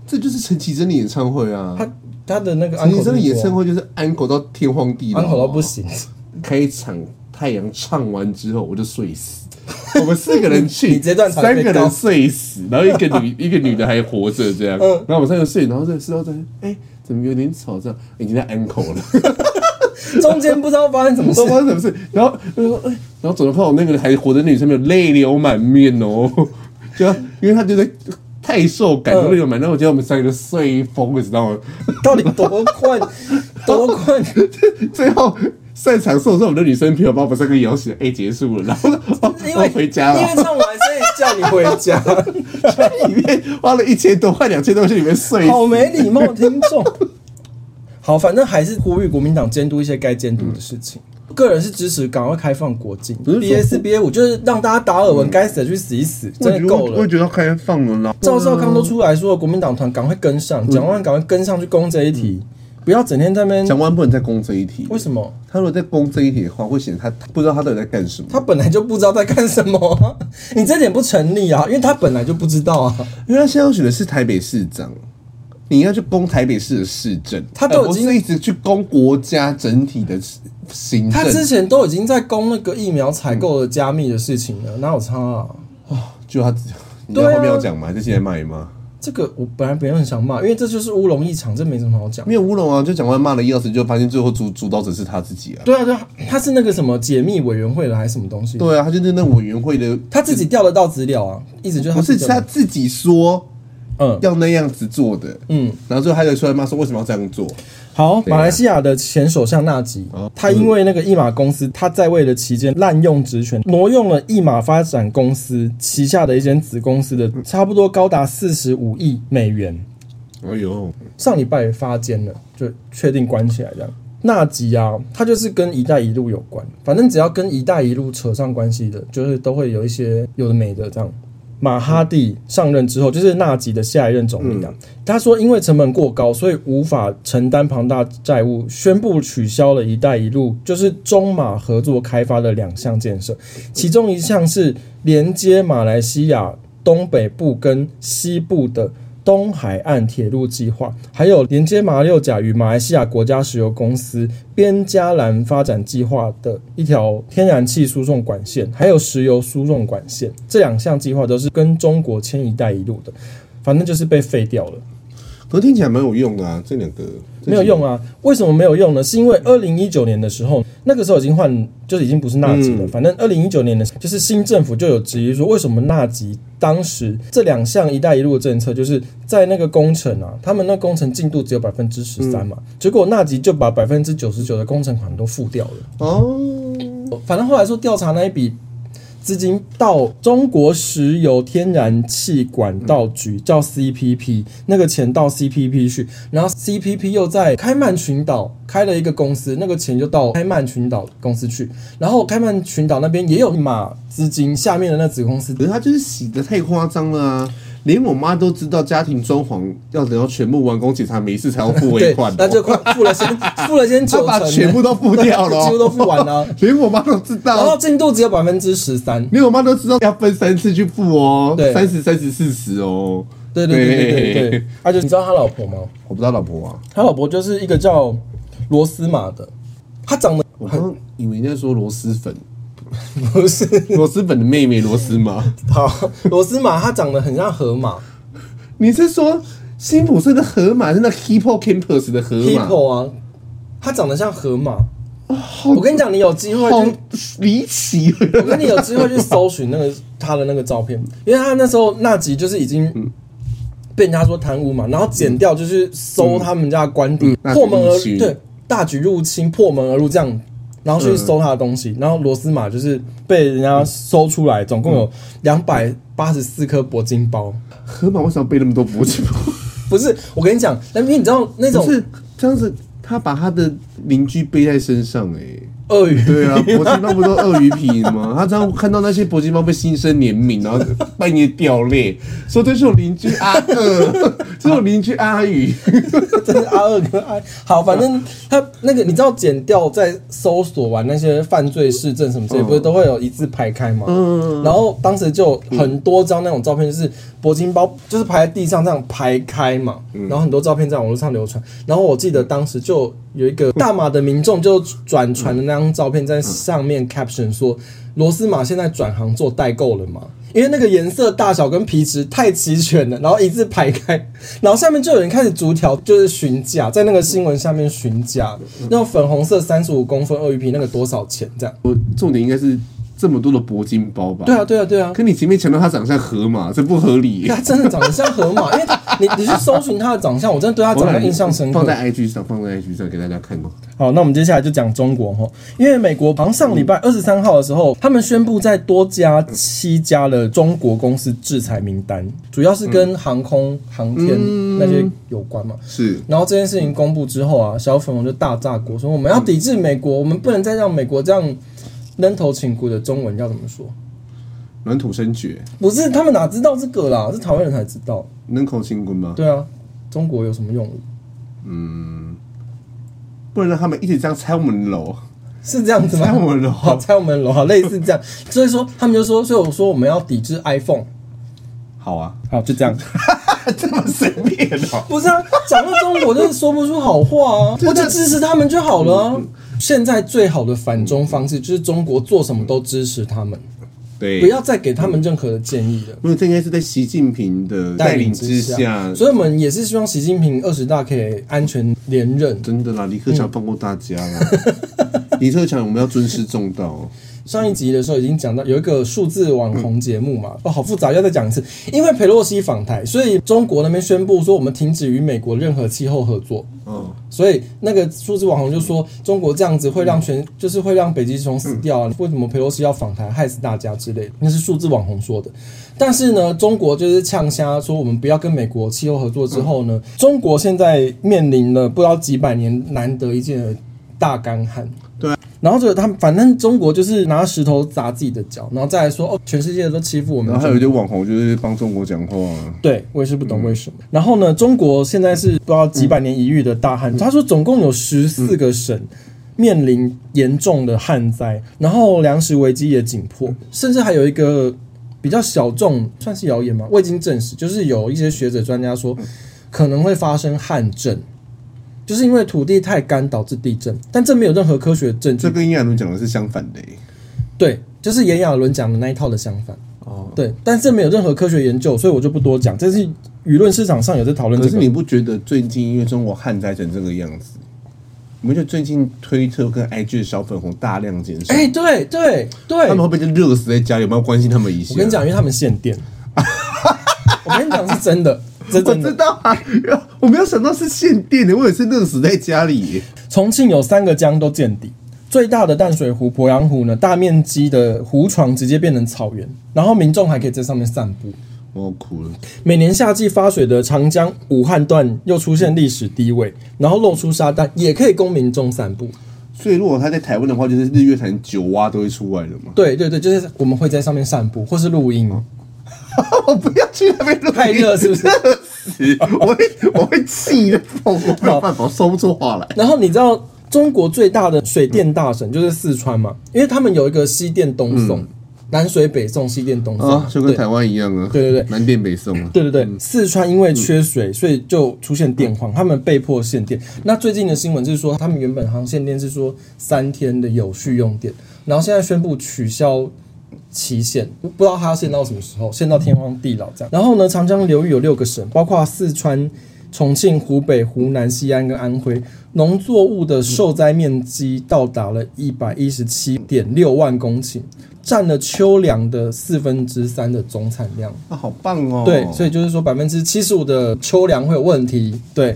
[SPEAKER 2] 这就是陈绮贞的演唱会啊。
[SPEAKER 1] 他他的那个
[SPEAKER 2] 陈绮
[SPEAKER 1] uncle
[SPEAKER 2] 贞的演唱
[SPEAKER 1] 会
[SPEAKER 2] 会就是安口到天荒地老、啊
[SPEAKER 1] uncle 啊到不。行。
[SPEAKER 2] 开场太阳唱完之后，我就睡死。 我们四个人
[SPEAKER 1] 你
[SPEAKER 2] 去，
[SPEAKER 1] 你这段传
[SPEAKER 2] 三
[SPEAKER 1] 得
[SPEAKER 2] 个
[SPEAKER 1] 高
[SPEAKER 2] 人睡死，然后一 个女一个女的还活着这样，
[SPEAKER 1] 嗯
[SPEAKER 2] 然后我们三个睡，然后在睡到在，哎、怎么有点吵这样？哎已经在安口 了。
[SPEAKER 1] 中间不知道发生什么
[SPEAKER 2] 我
[SPEAKER 1] 事
[SPEAKER 2] 说，发生什么事？然后他说，哎、然后走到看我那个还活着的女生，没有泪流满面哦， 就因为她就在太受感动，
[SPEAKER 1] 嗯
[SPEAKER 2] 泪流满面。然后我觉得我们三个都睡疯了，你知道吗？
[SPEAKER 1] 到底多困，多 困。
[SPEAKER 2] 最后散场的时候，是我们的女生朋友把我们三个摇醒，哎、结束了，然后然后
[SPEAKER 1] 因为
[SPEAKER 2] 回家了。
[SPEAKER 1] 因为唱完，所以叫你回 家，
[SPEAKER 2] 里面花了一千多块、两千多去里面碎死。
[SPEAKER 1] 好没礼貌，听众。好，反正还是呼吁国民党监督一些该监督的事情。个人是支持赶快开放国境
[SPEAKER 2] 是说
[SPEAKER 1] ，B A 四 B A 五就是让大家达尔文该死的去死一死，
[SPEAKER 2] 我觉
[SPEAKER 1] 真
[SPEAKER 2] 得
[SPEAKER 1] 的够
[SPEAKER 2] 我
[SPEAKER 1] 了。
[SPEAKER 2] 觉得要开放了啦。
[SPEAKER 1] 赵少康都出来说，国民党团赶快跟上，蒋万安赶快跟上去攻这一
[SPEAKER 2] 嗯
[SPEAKER 1] 题，不要整天在那边
[SPEAKER 2] 蒋万安不能再攻这一题，
[SPEAKER 1] 为什么？
[SPEAKER 2] 他如果再攻这一题的话，会显得他不知道他到底在干什么。
[SPEAKER 1] 他本来就不知道在干什么 啊、你这点不成立啊，因为他本来就不知道啊，
[SPEAKER 2] 因为他现在要选的是台北市长，你要去攻台北市的市政，
[SPEAKER 1] 他都已经
[SPEAKER 2] 而不是一直去攻国家整体的行
[SPEAKER 1] 他之
[SPEAKER 2] 政，
[SPEAKER 1] 前都已经在攻那个疫苗采购的加密的事情了，哪有差啊？
[SPEAKER 2] 就他自己。你知
[SPEAKER 1] 对
[SPEAKER 2] 道
[SPEAKER 1] 啊
[SPEAKER 2] 后面要讲吗？就现在骂吗？
[SPEAKER 1] 这个我本来没有很想骂，因为这就是乌龙一场，这没什么好讲。
[SPEAKER 2] 没有乌龙啊，就讲完骂了一二十，就发现最后主主导者是他自己啊。
[SPEAKER 1] 对啊，对啊，他是那个什么解密委员会的还是什么东西？
[SPEAKER 2] 对啊，他就是那委员会的，
[SPEAKER 1] 他自己调得到资料啊，一直就是
[SPEAKER 2] 不
[SPEAKER 1] 他
[SPEAKER 2] 是
[SPEAKER 1] 自
[SPEAKER 2] 是
[SPEAKER 1] 己
[SPEAKER 2] 他自己说
[SPEAKER 1] 嗯
[SPEAKER 2] 要那样子做的，
[SPEAKER 1] 嗯，
[SPEAKER 2] 然后最后他就出来骂说为什么要这样做？
[SPEAKER 1] 好，
[SPEAKER 2] 啊
[SPEAKER 1] 马来西亚的前首相纳吉，他因为那个一马公司，他在位的期间滥用职权，挪用了一马发展公司旗下的一间子公司的差不多高达四十五亿美元，
[SPEAKER 2] 哎呦，
[SPEAKER 1] 上礼拜发监了，就确定关起来这样。纳吉啊，他就是跟“一带一路”有关，反正只要跟“一带一路”扯上关系的，就是都会有一些有的没的这样。马哈蒂上任之后，就是纳吉的下一任总理啊。他说，因为成本过高，所以无法承担庞大债务，宣布取消了“一带一路”，就是中马合作开发的两项建设，其中一项是连接马来西亚东北部跟西部的东海岸铁路计划，还有连接马六甲与马来西亚国家石油公司边加兰发展计划的一条天然气输送管线，还有石油输送管线，这两项计划都是跟中国签“一带一路”的，反正就是被废掉了。
[SPEAKER 2] 可是听起来蛮有用的啊，这两个
[SPEAKER 1] 没有用啊！为什么没有用呢？是因为二零一九年的时候，那个时候已经换，就是已经不是纳吉了。反正二零一九年的，就是新政府就有质疑说，为什么纳吉当时这两项“一带一路”的政策，就是在那个工程啊，他们那工程进度只有百分之十三嘛，结果纳吉就把百分之九十九的工程款都付掉了。
[SPEAKER 2] 哦，
[SPEAKER 1] 反正后来说调查那一笔资金到中国石油天然气管道局，叫 CPP，那个钱到 CPP 去，然后 CPP 又在开曼群岛开了一个公司，那个钱就到开曼群岛公司去，然后开曼群岛那边也有一码资金，下面的那子公司
[SPEAKER 2] 可是他就是洗的太夸张了啊！连我妈都知道家庭装潢要等到全部完工检查，每一次才要付尾
[SPEAKER 1] 对
[SPEAKER 2] 款、哦，，
[SPEAKER 1] 那就快付了先付了先
[SPEAKER 2] 他
[SPEAKER 1] 九
[SPEAKER 2] 把
[SPEAKER 1] 成，
[SPEAKER 2] 全部都付掉了、哦，
[SPEAKER 1] 几乎都付完了，哦
[SPEAKER 2] 连我妈都知
[SPEAKER 1] 然后
[SPEAKER 2] 道，
[SPEAKER 1] 进度只有百分之十三。
[SPEAKER 2] 连我妈都知道要分三次去付哦，
[SPEAKER 1] 对
[SPEAKER 2] 三十、三十、四十哦。
[SPEAKER 1] 对对对对 对对，而且、你知道他老婆吗？
[SPEAKER 2] 我不知道老婆啊，
[SPEAKER 1] 他老婆就是一个叫罗斯玛的，他长得
[SPEAKER 2] 我刚刚以为你在说螺蛳粉，
[SPEAKER 1] 不是
[SPEAKER 2] 螺蛳粉的妹妹螺丝吗？
[SPEAKER 1] 好，罗斯玛他长得很像河马
[SPEAKER 2] 你是说辛普森的河马是那 Hippo Campus 的河
[SPEAKER 1] p e o p
[SPEAKER 2] 马？哦
[SPEAKER 1] l 啊，他长得像河马。我跟你讲，你有机会
[SPEAKER 2] 好
[SPEAKER 1] 去，
[SPEAKER 2] 离奇哦
[SPEAKER 1] 我跟你有机会去搜寻那个他的那个照片，因为他那时候纳吉就是已经
[SPEAKER 2] 嗯
[SPEAKER 1] 被人家说贪污嘛，然后剪掉就是搜他们家的官邸，
[SPEAKER 2] 嗯
[SPEAKER 1] 破门而
[SPEAKER 2] 纳吉入侵
[SPEAKER 1] 对大举入侵，破门而入这样。然后去搜他的东西，然后罗斯玛就是被人家搜出来，总共有
[SPEAKER 2] 嗯
[SPEAKER 1] 两百八十四颗铂金包。
[SPEAKER 2] 河马为什么要背那么多铂金包？
[SPEAKER 1] 不是，我跟你讲，那边你知道那种
[SPEAKER 2] 不是这样子，他把他的邻居背在身上、哎。
[SPEAKER 1] 鳄鱼，
[SPEAKER 2] 对啊，铂金包不都鳄鱼皮吗？他这样看到那些铂金包被心生怜悯，然后半夜掉泪，说这是我邻居阿二， 这是我邻居阿宇。
[SPEAKER 1] 这是阿二跟阿好，反正他那个你知道剪掉在搜索完那些犯罪市政什么之类，不是都会有一字排开吗？嗯，然后当时就有很多张那种照片，就是铂金包就是排在地上这样排开嘛，然后很多照片在网络上流传，然后我记得当时就有一个大马的民众就转传的那张照片，在上面 caption 说罗斯玛现在转行做代购了嘛。因为那个颜色、大小跟皮质太齐全了，然后一字排开，然后下面就有人开始逐条就是询价，在那个新闻下面询价，那种粉红色三十五公分鳄鱼皮那个多少钱这样？
[SPEAKER 2] 我重点应该是这么多的铂金包吧？
[SPEAKER 1] 对啊，对啊，对啊。
[SPEAKER 2] 可你前面强调他长相河马，这不合理耶。
[SPEAKER 1] 他真的长得像河马，因为他你你去搜寻他的长相，我真的对他长
[SPEAKER 2] 我
[SPEAKER 1] 得
[SPEAKER 2] 把
[SPEAKER 1] 印象深刻
[SPEAKER 2] 嗯放。 在 IG 上，放在 IG 上给大家看哦。
[SPEAKER 1] 好，那我们接下来就讲中国哈，因为美国好像上礼拜二十三号的时候，他们宣布在多家七家的中国公司制裁名单，主要是跟航空、航天那些有关嘛。
[SPEAKER 2] 是，
[SPEAKER 1] 然后这件事情公布之后啊，小粉红就大炸锅，说我们要抵制美国，我们不能再让美国这样扔头请骨的中文要怎么说？
[SPEAKER 2] 软土生绝，
[SPEAKER 1] 不是他们哪知道这个啦，是台湾人才知道。
[SPEAKER 2] 能口轻棍吗？
[SPEAKER 1] 对啊，中国有什么用武？
[SPEAKER 2] 不能让他们一直这样拆我们的楼，
[SPEAKER 1] 是这样子吗？
[SPEAKER 2] 拆我们的
[SPEAKER 1] 啊好，
[SPEAKER 2] 楼。
[SPEAKER 1] 猜我们楼，好类似这样，所以说他们就说，所以我说我们要抵制 iPhone，
[SPEAKER 2] 好啊，
[SPEAKER 1] 好就这样，
[SPEAKER 2] 这么随便哦。
[SPEAKER 1] 不是啊，讲到中国就是说不出好话啊，
[SPEAKER 2] 对
[SPEAKER 1] 我 就
[SPEAKER 2] 那
[SPEAKER 1] 支持他们就好了啊、现在最好的反中方式就是中国做什么都支持他们，
[SPEAKER 2] 对，
[SPEAKER 1] 不要再给他们任何的建议了。
[SPEAKER 2] 没有，这应该是在习近平的带领之下，
[SPEAKER 1] 所以我们也是希望习近平二十大可以安全连任。
[SPEAKER 2] 真的啦，李克强放过大家啦。
[SPEAKER 1] 嗯
[SPEAKER 2] 李克强，我们要尊师重道。
[SPEAKER 1] 上一集的时候已经讲到有一个数字网红节目
[SPEAKER 2] 嗯
[SPEAKER 1] 嘛，哦，好复杂，要再讲一次。因为佩洛西访台，所以中国那边宣布说我们停止与美国任何气候合作。
[SPEAKER 2] 嗯，
[SPEAKER 1] 所以那个数字网红就说，中国这样子会让
[SPEAKER 2] 嗯
[SPEAKER 1] 全，就是会让北极熊死掉啊！为什么佩洛西要访台害死大家之类的？那是数字网红说的。但是呢，中国就是呛瞎说我们不要跟美国气候合作之后呢，
[SPEAKER 2] 嗯
[SPEAKER 1] 中国现在面临了不知道几百年难得一见的大干旱。
[SPEAKER 2] 对啊
[SPEAKER 1] 然后就他们，反正中国就是拿石头砸自己的脚，然后再来说哦，全世界都欺负我们
[SPEAKER 2] 然后，还有一些网红就是帮中国讲话啊，
[SPEAKER 1] 对，我也是不懂为什么。然后呢，中国现在是不知道几百年一遇的大旱，他说总共有十四个省。面临严重的旱灾，然后粮食危机也紧迫，甚至还有一个比较小众，算是谣言嘛，未经证实，就是有一些学者专家说可能会发生旱症，就是因为土地太干导致地震，但这没有任何科学证据
[SPEAKER 2] 这。跟叶亚伦讲的是相反的耶。欸
[SPEAKER 1] 对，就是炎亚纶讲的那一套的相反。
[SPEAKER 2] 哦，
[SPEAKER 1] 对，但是没有任何科学研究，所以我就不多讲。这是舆论市场上有在讨论
[SPEAKER 2] 可
[SPEAKER 1] 这
[SPEAKER 2] 是
[SPEAKER 1] 个
[SPEAKER 2] 你，不觉得最近因为中国旱灾成这个样子，你们就最近推特跟 IG 的小粉红大量减少？
[SPEAKER 1] 哎、对对对，
[SPEAKER 2] 他们
[SPEAKER 1] 我
[SPEAKER 2] 会不会就热死在家里？有没有关心他们一下？
[SPEAKER 1] 跟你讲，因为他们限 电，我跟你讲是真的，这
[SPEAKER 2] 我
[SPEAKER 1] 真
[SPEAKER 2] 知
[SPEAKER 1] 的。
[SPEAKER 2] 道啊， 我没有想到是限电的，我也是热死在家里耶。
[SPEAKER 1] 重庆有三个江都见底，最大的淡水湖鄱阳湖呢，大面积的湖床直接变成草原，然后民众还可以在上面散步。
[SPEAKER 2] 我要哭了，
[SPEAKER 1] 每年夏季发水的长江武汉段又出现历史低位，然后露出沙滩，也可以供民众散步。
[SPEAKER 2] 所以如果他在台湾的话，就是日月潭九蛙都会出来的嘛。
[SPEAKER 1] 对对对，就是我们会在上面散步或是录音。
[SPEAKER 2] 哦我不要去那边录音，
[SPEAKER 1] 太热是不是
[SPEAKER 2] 热死，我会我会气的疯，我没有办法，我说不出话来。
[SPEAKER 1] 然后你知道中国最大的水电大省就是四川嘛，因为他们有一个西电东送，南水北送，西电东送嘛
[SPEAKER 2] 嗯啊，，就跟台湾一样啊，
[SPEAKER 1] 哦对对对
[SPEAKER 2] 南电北送啊。
[SPEAKER 1] 对对对，四川因为缺水，所以就出现电荒，他们被迫限电。那最近的新闻就是说，他们原本好像限电是说三天的有序用电，然后现在宣布取消期限，不不知道它要限到什么时候，限到天荒地老这样。然后呢，长江流域有六个省，包括四川、重庆、湖北、湖南、西安跟安徽，农作物的受灾面积到达了一百一十七点六万公顷，占了秋粮的四分之三的总产量。
[SPEAKER 2] 啊，好棒哦！
[SPEAKER 1] 对，所以就是说百分之七十五的秋粮会有问题。对，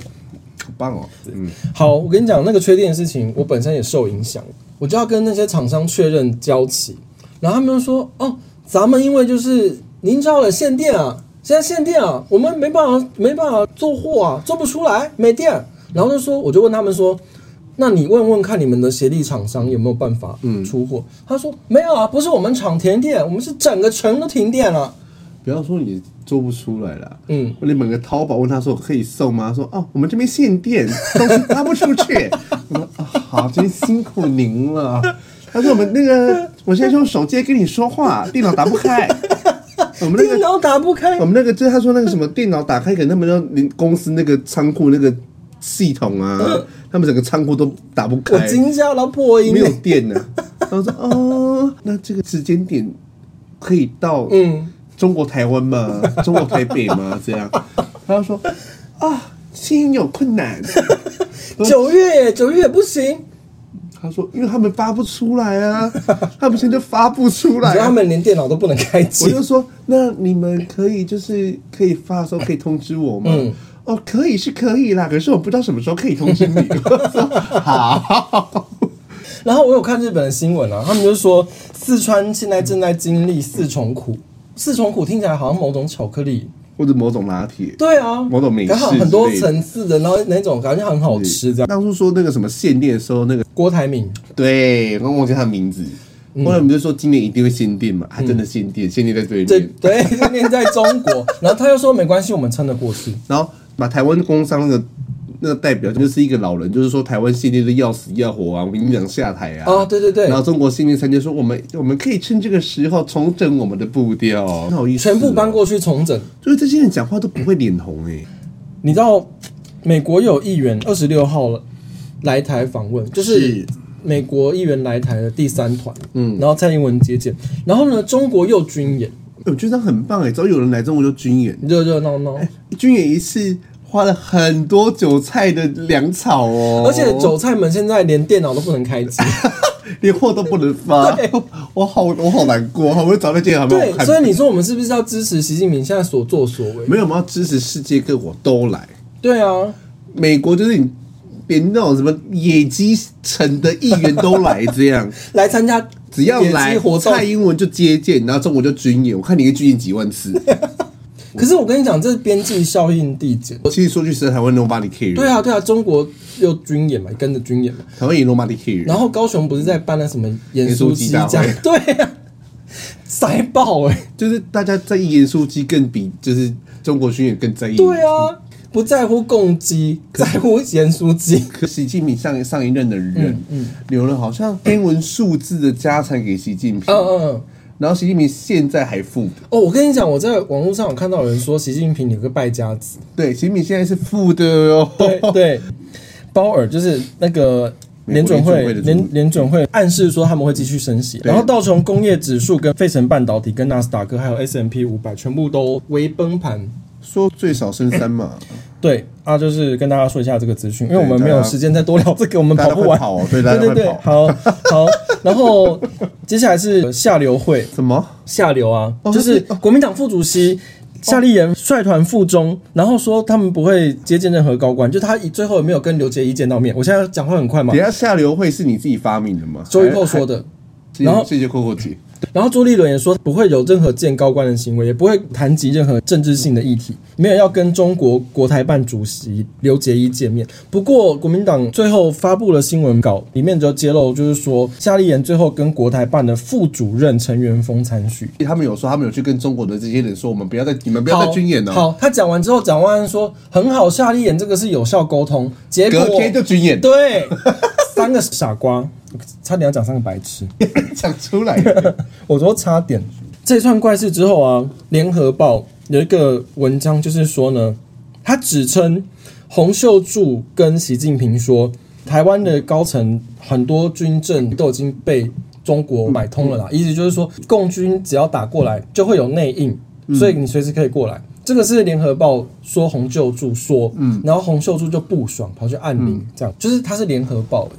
[SPEAKER 2] 好棒哦。嗯，
[SPEAKER 1] 好，我跟你讲那个缺电的事情，我本身也受影响，我就要跟那些厂商确认交期，然后他们就说哦，咱们因为就是您知道了限电啊，现在限电啊，我们没办法没办法做货啊，做不出来，没电。然后就说，我就问他们说。那你问问看你们的协力厂商有没有办法
[SPEAKER 2] 嗯
[SPEAKER 1] 出货？他说没有啊，不是我们厂停电，我们是整个城都停电啊了。
[SPEAKER 2] 不要说你做不出来啦。
[SPEAKER 1] 嗯，
[SPEAKER 2] 我连买个淘宝问他说可以送吗？他说哦，我们这边限电， 东西发不出去。 我说啊，好，真辛苦您了。 他说我们那个， 我现在用手机跟你说话，电脑打不 开。我们那
[SPEAKER 1] 电
[SPEAKER 2] 个，
[SPEAKER 1] 脑打不开
[SPEAKER 2] 我，们那个，就是他说那个什么电脑打开，可能他们要连公司那个仓库那个系 统啊，他们整个仓库都打不
[SPEAKER 1] 我
[SPEAKER 2] 开。
[SPEAKER 1] 惊吓到破音
[SPEAKER 2] 哎没有
[SPEAKER 1] 欸。
[SPEAKER 2] 电呢、然后说哦，那这个时间点可以到
[SPEAKER 1] 嗯
[SPEAKER 2] 中国台湾吗？中国台北吗？这样，然后说啊，经营有困难，
[SPEAKER 1] 九月耶九月也不行，
[SPEAKER 2] 他说，因为他们发不出来啊，他们现在发不出来、
[SPEAKER 1] 你知道他
[SPEAKER 2] 啊。
[SPEAKER 1] 们连电脑都不能开
[SPEAKER 2] 我
[SPEAKER 1] 机
[SPEAKER 2] 就，说，那你们可以就是可以发的时候可以通知我吗？
[SPEAKER 1] 嗯
[SPEAKER 2] 哦，可以是可以啦，可是我不知道什么时候可以通知你。 我说好，
[SPEAKER 1] 然后我有看日本的新闻啊，他们就说四川现在正在经历四重苦，四重苦听起来好像某种巧克力，
[SPEAKER 2] 或者某种拿铁。
[SPEAKER 1] 对啊，
[SPEAKER 2] 某种美式
[SPEAKER 1] 然后很多
[SPEAKER 2] 之类的
[SPEAKER 1] 层次的，然后那种感觉很好吃这样。
[SPEAKER 2] 当初说那个什么限电的时候，那个
[SPEAKER 1] 郭台铭，
[SPEAKER 2] 嗯对，我忘记他的名字。
[SPEAKER 1] 嗯
[SPEAKER 2] 后来我们就说今年一定会限电嘛，他真的限电，限电在对
[SPEAKER 1] 对
[SPEAKER 2] 面。
[SPEAKER 1] 对，今天在中国，然后他又说没关系，我们撑得过去。
[SPEAKER 2] 然后把台湾工商那个那个代表就是一个老人，就是说台湾限电是要死要活啊，我们影响下台啊。
[SPEAKER 1] 哦，对对对
[SPEAKER 2] 然，后中国新年参加说，我们我们可以趁这个时候重整我们的步调，很好意思、
[SPEAKER 1] 全部搬，过去重整。
[SPEAKER 2] 就是这些人讲话都不会脸红哎、
[SPEAKER 1] 你知道美国有议员二十六号来台访问，就是
[SPEAKER 2] 是
[SPEAKER 1] 美国议员来台的第三团，嗯，然后蔡英文接见，然后呢，中国又军演，
[SPEAKER 2] 我觉得这样很棒哎、只要有人来中国就军演，
[SPEAKER 1] 热热闹闹，
[SPEAKER 2] 军演一次花了很多韭菜的粮草哦，
[SPEAKER 1] 而且韭菜们现在连电脑都不能开 机，
[SPEAKER 2] 连货都不能 发，我好我好难过，好不容易找到这个还没
[SPEAKER 1] 对
[SPEAKER 2] 有，看，
[SPEAKER 1] 所以你说我们是不是要支持习近平现在所作所为？
[SPEAKER 2] 没有我们要支持世界各国都来，
[SPEAKER 1] 对啊，
[SPEAKER 2] 美国就是你连那种什么野鸡城的议员都来这样。
[SPEAKER 1] 来参加
[SPEAKER 2] 只要
[SPEAKER 1] 野鸡
[SPEAKER 2] 来
[SPEAKER 1] 活动，
[SPEAKER 2] 蔡英文就接见，然后中国就军演，我看你可以军演几 万次。
[SPEAKER 1] 可是我跟你讲，这是边际效应递减。
[SPEAKER 2] 其实说句实在，台湾 nobody care，
[SPEAKER 1] 对啊，对啊，中国又军演嘛，跟着军演嘛。
[SPEAKER 2] 台湾也 nobody care。
[SPEAKER 1] 然后高雄不是在办那什么盐
[SPEAKER 2] 盐
[SPEAKER 1] 酥
[SPEAKER 2] 酥
[SPEAKER 1] 鸡
[SPEAKER 2] 鸡
[SPEAKER 1] 架
[SPEAKER 2] 大？会
[SPEAKER 1] 对啊，塞爆哎、
[SPEAKER 2] 就是大家在意严肃机更比就是中国军演更在意。
[SPEAKER 1] 对，啊，不在乎共机，在乎盐酥鸡。
[SPEAKER 2] 可习近平上上一任的人，
[SPEAKER 1] 嗯
[SPEAKER 2] 留了好像天文数字的家产给习近
[SPEAKER 1] 嗯，
[SPEAKER 2] 平
[SPEAKER 1] 嗯嗯。
[SPEAKER 2] 然后习近平现在还负的，
[SPEAKER 1] 哦，我跟你讲，我在网络上有看到有人说习近平有个败家子，
[SPEAKER 2] 对，习近平现在是负的哦。
[SPEAKER 1] 对对，鲍尔就是那个
[SPEAKER 2] 美
[SPEAKER 1] 联
[SPEAKER 2] 国
[SPEAKER 1] 准会
[SPEAKER 2] 联准会的主
[SPEAKER 1] 联联准会暗示说他们会继续升息，
[SPEAKER 2] 对
[SPEAKER 1] 然后道琼工业指数、跟费城半导体、跟纳斯达克还有 S M P 五百全部都微崩盘。
[SPEAKER 2] 说最少升 三嘛，
[SPEAKER 1] 对啊，就是跟大家说一下这个资讯，因为我们没
[SPEAKER 2] 对大家
[SPEAKER 1] 有时间再多聊这个，我们
[SPEAKER 2] 大
[SPEAKER 1] 跑
[SPEAKER 2] 家
[SPEAKER 1] 不
[SPEAKER 2] 会
[SPEAKER 1] 完。
[SPEAKER 2] 跑哦，对，大
[SPEAKER 1] 对对
[SPEAKER 2] 家会
[SPEAKER 1] 对，
[SPEAKER 2] 跑。
[SPEAKER 1] 好好，然后接下来是下流会，
[SPEAKER 2] 什么？
[SPEAKER 1] 下流啊，
[SPEAKER 2] 哦
[SPEAKER 1] 就是
[SPEAKER 2] 是哦
[SPEAKER 1] 国民党副主席夏立言率团附中，然后说他们不会接见任何高官，就他以最后也没有跟刘杰一见到面。我现在讲话很快嘛
[SPEAKER 2] 等一，下下流会是你自己发明的吗？
[SPEAKER 1] 周玉蔻说的。
[SPEAKER 2] 谢谢，
[SPEAKER 1] 然后
[SPEAKER 2] 谢谢扣扣姐。
[SPEAKER 1] 然后朱立伦也说不会有任何见高官的行为，也不会谈及任何政治性的议题，没有要跟中国国台办主席刘捷一见面。不过国民党最后发布了新闻稿，里面就揭露，就是说夏立言最后跟国台办的副主任陈元峰参叙。
[SPEAKER 2] 他们有说，他们有去跟中国的这些人说，我们不要再，你们不要
[SPEAKER 1] 好
[SPEAKER 2] 再军演哦。
[SPEAKER 1] 好，他讲完之后，蒋万安说很好，夏立言这个是有效沟通，结果
[SPEAKER 2] 隔天就军演，
[SPEAKER 1] 哎 对三个傻瓜，差点要讲三个白痴。
[SPEAKER 2] 讲出来了。
[SPEAKER 1] 我说差点。这串怪事之后啊，《联合报》有一个文章，就是说呢，他指称洪秀柱跟习近平说，台湾的高层很多军政都已经被中国买通了啦，意思就是说，共军只要打过来就会有内应，所以你随时可以过来。这个是联合报说洪秀柱说，嗯，然后洪秀柱就不爽，跑去按铃，这样就是他是联合报、欸，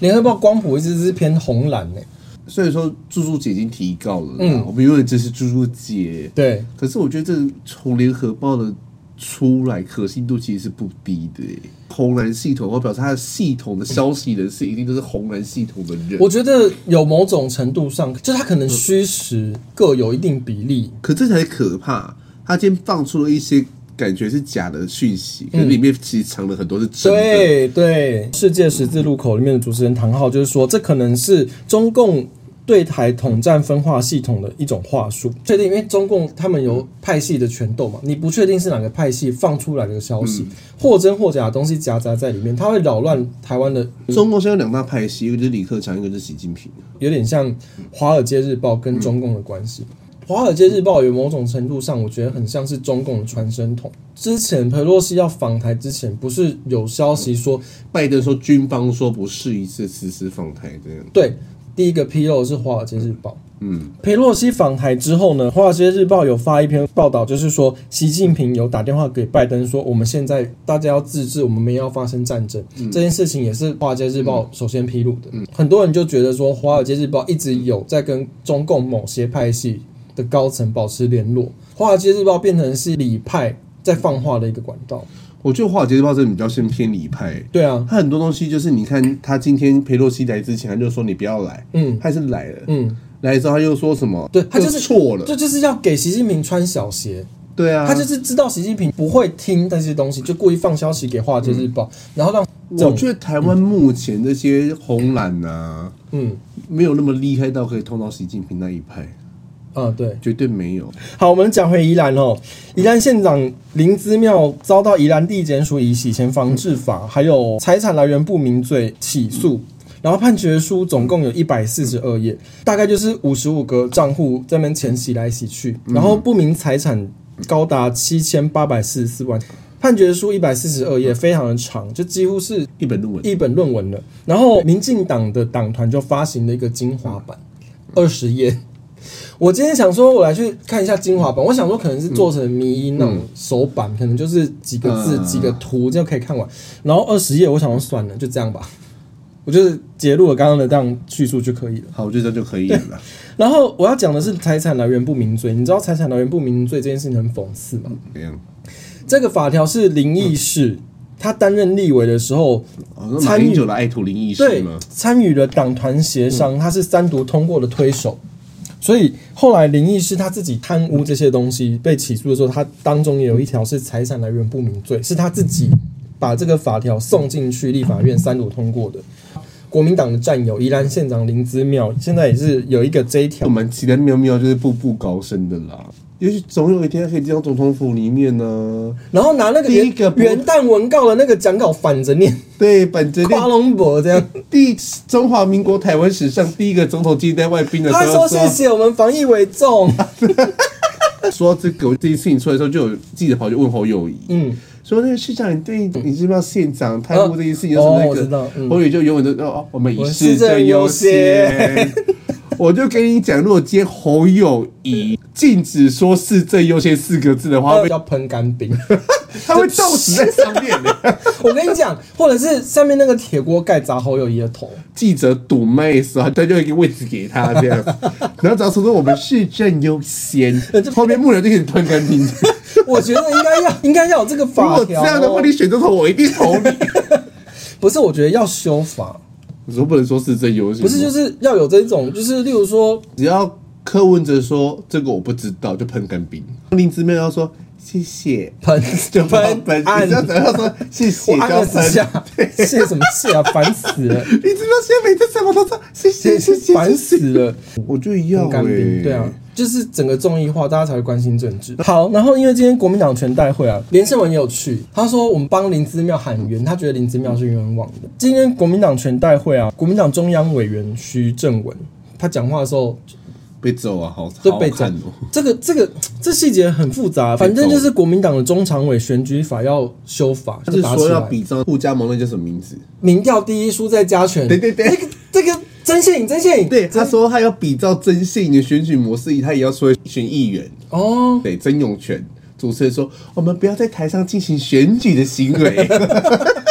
[SPEAKER 1] 联合报光谱一直是偏红蓝欸诶、
[SPEAKER 2] 所以说，猪猪姐已经提告了，嗯，我们永远支持猪猪姐。
[SPEAKER 1] 对，
[SPEAKER 2] 可是我觉得这从联合报的出来可信度其实是不低的耶。红蓝系统，我表示他的系统的消息人士一定都是红蓝系统的人。
[SPEAKER 1] 我觉得有某种程度上，就是他可能虚实各有一定比例。
[SPEAKER 2] 可这才可怕，他今天放出了一些感觉是假的讯息，可是里面其实藏了很多是真
[SPEAKER 1] 嗯
[SPEAKER 2] 的。
[SPEAKER 1] 对对，世界十字路口里面的主持人唐昊就是说，这可能是中共对台统战分化系统的一种话术。确定，因为中共他们有派系的权斗嘛，你不确定是哪个派系放出来的消息，或真或假的东西夹杂在里面，它会扰乱台湾的，
[SPEAKER 2] 中共现在有两大派系，一个就是李克强，一个就是习近平。
[SPEAKER 1] 有点像《华尔街日报》跟中共的关系。华尔街日报》有某种程度上，我觉得很像是中共的传声筒。之前佩洛西要访台之前，不是有消息说
[SPEAKER 2] 拜登说军方说不适宜这实施访台这样。
[SPEAKER 1] 对，第一个披露的是《华尔街日报》。嗯，佩洛西访台之后呢，《华尔街日报》有发一篇报道，就是说习近平有打电话给拜登说，我们现在大家要自治，我们没有要发生战争、这件事情，也是《华尔街日报》首先披露的。很多人就觉得说，《华尔街日报》一直有在跟中共某些派系的高层保持联络，《华尔街日报》变成是礼派在放话的一个管道。
[SPEAKER 2] 我觉得《华尔街日报》真的比较先偏离派、
[SPEAKER 1] 对啊，
[SPEAKER 2] 他很多东西就是，你看他今天佩洛西来之前，他就说你不要来，
[SPEAKER 1] 嗯
[SPEAKER 2] 他还是来了，
[SPEAKER 1] 嗯，
[SPEAKER 2] 来之后他又说什么？
[SPEAKER 1] 对他就是
[SPEAKER 2] 又错了，
[SPEAKER 1] 这就是要给习近平穿小鞋。
[SPEAKER 2] 对啊，
[SPEAKER 1] 他就是知道习近平不会听这些东西，就故意放消息给《华尔街日报》然后让这
[SPEAKER 2] 我
[SPEAKER 1] 种
[SPEAKER 2] 觉得台湾目前这些红蓝呐、
[SPEAKER 1] 嗯
[SPEAKER 2] 没有那么厉害到可以通到习近平那一派，
[SPEAKER 1] 嗯对。
[SPEAKER 2] 绝对没有。
[SPEAKER 1] 好，我们讲回宜兰哦，宜兰县长林资妙遭到宜兰地检署以洗钱防治法还有财产来源不明罪起诉。然后判决书总共有一百四十二页，大概就是五十五个账户在那边钱洗来洗去，然后不明财产高达七千八百四十四万。判决书一百四十二页，非常的长，就几乎是
[SPEAKER 2] 一本论文，
[SPEAKER 1] 一本论文了。然后民进党的党团就发行了一个精华版，二十页。我今天想说，我来去看一下精华版。我想说，可能是做成迷音那种手版，可能就是几个字、
[SPEAKER 2] 嗯
[SPEAKER 1] 几个图就可以看完。然后二十页，我想说算了，就这样吧。 我就是截录我刚刚的这样叙述就可以了。
[SPEAKER 2] 好，我觉得这样就可以了。
[SPEAKER 1] 然后我要讲的是财产来源不明罪。你知道财产来源不明罪这件事情很讽刺吗？
[SPEAKER 2] 怎样？
[SPEAKER 1] 这个法条是林义士他担任立委的时候
[SPEAKER 2] 哦，那马
[SPEAKER 1] 参与
[SPEAKER 2] 英九的爱徒林医师
[SPEAKER 1] 对
[SPEAKER 2] 吗？，
[SPEAKER 1] 参与了党团协商，他是三读通过的推手。所以后来林义是他自己贪污这些东西被起诉的时候，他当中也有一条是财产来源不明罪，是他自己把这个法条送进去立法院三读通过的。国民党的战友宜兰县长林之妙现在也是有一个这一条
[SPEAKER 2] 我，们期待妙妙就是步步高升的啦。也许总有一天可以进到总统府里面呢、
[SPEAKER 1] 然后拿那个
[SPEAKER 2] 第一
[SPEAKER 1] 元
[SPEAKER 2] 个不
[SPEAKER 1] 元旦文告的那个讲稿反着念，
[SPEAKER 2] 对，本着
[SPEAKER 1] 夸龙博这样。
[SPEAKER 2] 第中华民国台湾史上第一个总统接待外宾的时
[SPEAKER 1] 他说
[SPEAKER 2] 候
[SPEAKER 1] 谢谢我们防疫为重，
[SPEAKER 2] 说到这个，我这件事情出来的时候，就有记者跑去问侯友谊，
[SPEAKER 1] 嗯，
[SPEAKER 2] 说那个市长，你对你知不知道县长贪污这件事情有什
[SPEAKER 1] 哦
[SPEAKER 2] 么
[SPEAKER 1] 我
[SPEAKER 2] 那
[SPEAKER 1] 知道
[SPEAKER 2] 个？
[SPEAKER 1] 嗯
[SPEAKER 2] 侯友宜就永远都说哦，我们以
[SPEAKER 1] 我
[SPEAKER 2] 市
[SPEAKER 1] 市政
[SPEAKER 2] 政优
[SPEAKER 1] 优
[SPEAKER 2] 先。我就跟你讲，如果今天侯友谊禁止说“市政优先”四个字的话，
[SPEAKER 1] 他
[SPEAKER 2] 会
[SPEAKER 1] 要喷干冰。
[SPEAKER 2] 他会冻死在上面的。
[SPEAKER 1] 我跟你讲，或者是上面那个铁锅盖砸侯友谊的头，
[SPEAKER 2] 记者堵麦的时候，他就一个位置给他这样， 然后只要说说我们市政优先，后面幕僚就开始喷干冰。
[SPEAKER 1] 我觉得应该要 应该要有这个
[SPEAKER 2] 如
[SPEAKER 1] 法
[SPEAKER 2] 果这
[SPEAKER 1] 条、
[SPEAKER 2] 样的话，
[SPEAKER 1] 哦
[SPEAKER 2] 你。选择投我，一定投你。
[SPEAKER 1] 不是，我觉得要修法，
[SPEAKER 2] 你说不能说市政优先，
[SPEAKER 1] 不是就是要有这种，就是例如说，
[SPEAKER 2] 只要柯文哲说这个我不知道，就喷干冰。林志妙要说谢谢，
[SPEAKER 1] 喷
[SPEAKER 2] 就
[SPEAKER 1] 喷
[SPEAKER 2] 喷。
[SPEAKER 1] 按
[SPEAKER 2] 你只要只要说谢谢
[SPEAKER 1] 我
[SPEAKER 2] 就
[SPEAKER 1] 按
[SPEAKER 2] 要
[SPEAKER 1] 了四
[SPEAKER 2] 喷。
[SPEAKER 1] 下，谢什么谢啊，烦死了，
[SPEAKER 2] 林志妙现在每次什么都说谢谢谢谢，
[SPEAKER 1] 烦死了。
[SPEAKER 2] 我就要
[SPEAKER 1] 干
[SPEAKER 2] 哎，
[SPEAKER 1] 冰，对啊，，就是整个综艺化，大家才会关心政治。好，然后因为今天国民党全代会啊，连胜文也有去，他说我们帮林之妙喊冤，他觉得林之妙是冤枉的。今天国民党全代会啊，国民党中央委员徐正文他讲话的时候
[SPEAKER 2] 被揍啊，好好
[SPEAKER 1] 就被
[SPEAKER 2] 看
[SPEAKER 1] 整
[SPEAKER 2] 哦。
[SPEAKER 1] 这个这个这细节很复杂，啊反正就是国民党的中常委选举法要修法，
[SPEAKER 2] 他是
[SPEAKER 1] 打
[SPEAKER 2] 说
[SPEAKER 1] 起
[SPEAKER 2] 要
[SPEAKER 1] 来。
[SPEAKER 2] 比照互加盟那叫什么名字？
[SPEAKER 1] 民调第一输在加权，
[SPEAKER 2] 对对对
[SPEAKER 1] 这个这个曾宪颖，曾宪颖，
[SPEAKER 2] 对，
[SPEAKER 1] 曾
[SPEAKER 2] 他说他要比照曾宪颖的选举模式，他也要出来选议员。
[SPEAKER 1] 哦，
[SPEAKER 2] 对，曾永权主持人说：“我们不要在台上进行选举的行为。”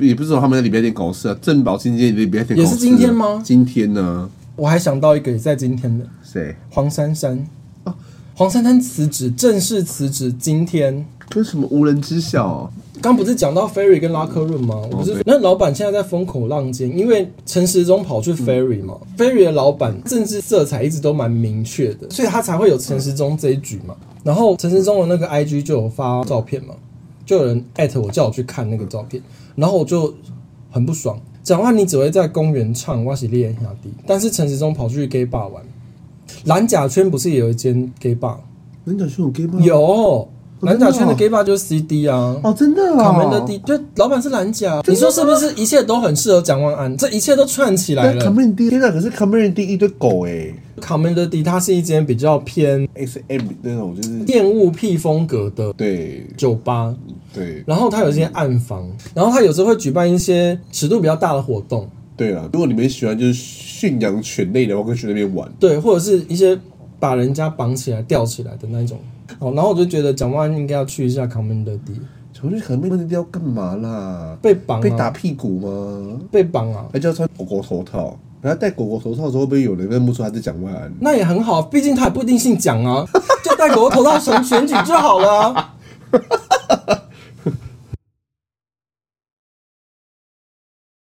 [SPEAKER 2] 也不是说他们在里边点搞事啊，郑宝今天里边点
[SPEAKER 1] 也是今天吗
[SPEAKER 2] 今天呢？
[SPEAKER 1] 我还想到一个也在今天的。
[SPEAKER 2] 谁？
[SPEAKER 1] 黄珊珊黄珊珊辞职，正式辞职。今天
[SPEAKER 2] 为什么无人知晓、啊
[SPEAKER 1] 刚不是讲到 Ferry 跟拉科润吗？我不是
[SPEAKER 2] 哦对
[SPEAKER 1] 那老板现在在风口浪尖，因为陈时中跑去
[SPEAKER 2] 嗯
[SPEAKER 1] Ferry 嘛、f e r r y 的老板政治色彩一直都蛮明确的，所以他才会有陈时中这一局嘛。然后陈时中的那个 IG 就有发照片嘛，就有人艾特我叫我去看那个照片，然后我就很不爽。讲话你只会在公园唱哇西烈下地，但是陈时中跑去 gay bar 玩，蓝甲圈不是也有一间 gay bar？
[SPEAKER 2] 南角兄有 gay 吗？
[SPEAKER 1] 有蓝甲圈的
[SPEAKER 2] 哦
[SPEAKER 1] gay bar 就是 CD 啊。
[SPEAKER 2] 哦，真的哦。
[SPEAKER 1] 卡门的地，对，老板是蓝甲，你说是不是？一切都很适合蒋万安，这一切都串起来
[SPEAKER 2] 但卡
[SPEAKER 1] 了。
[SPEAKER 2] 门地，天哪！可是卡门地一堆狗哎、
[SPEAKER 1] 卡门的地，它是一间比较偏
[SPEAKER 2] s M 那种就是
[SPEAKER 1] 厌恶癖风格的
[SPEAKER 2] 对
[SPEAKER 1] 酒吧，
[SPEAKER 2] 对
[SPEAKER 1] 然后它有一些暗房，然后它有时候会举办一些尺度比较大的活动，
[SPEAKER 2] 对啦，如果你们喜欢就是驯养犬类的话，可以去那边玩。
[SPEAKER 1] 对，或者是一些把人家绑起来、吊起来的那一种。哦，然后我就觉得蒋万安应该要去一下康门乐迪，
[SPEAKER 2] 我就想妹妹要干嘛啦？
[SPEAKER 1] 被绑、啊、
[SPEAKER 2] 被打屁股吗？
[SPEAKER 1] 被绑啊，
[SPEAKER 2] 还就要穿狗狗头套？然后戴狗狗头套的时候，会不会有人认不出他是蒋万安？
[SPEAKER 1] 那也很好，毕竟他也不一定姓蒋啊，就戴狗狗头套选选举就好了、啊。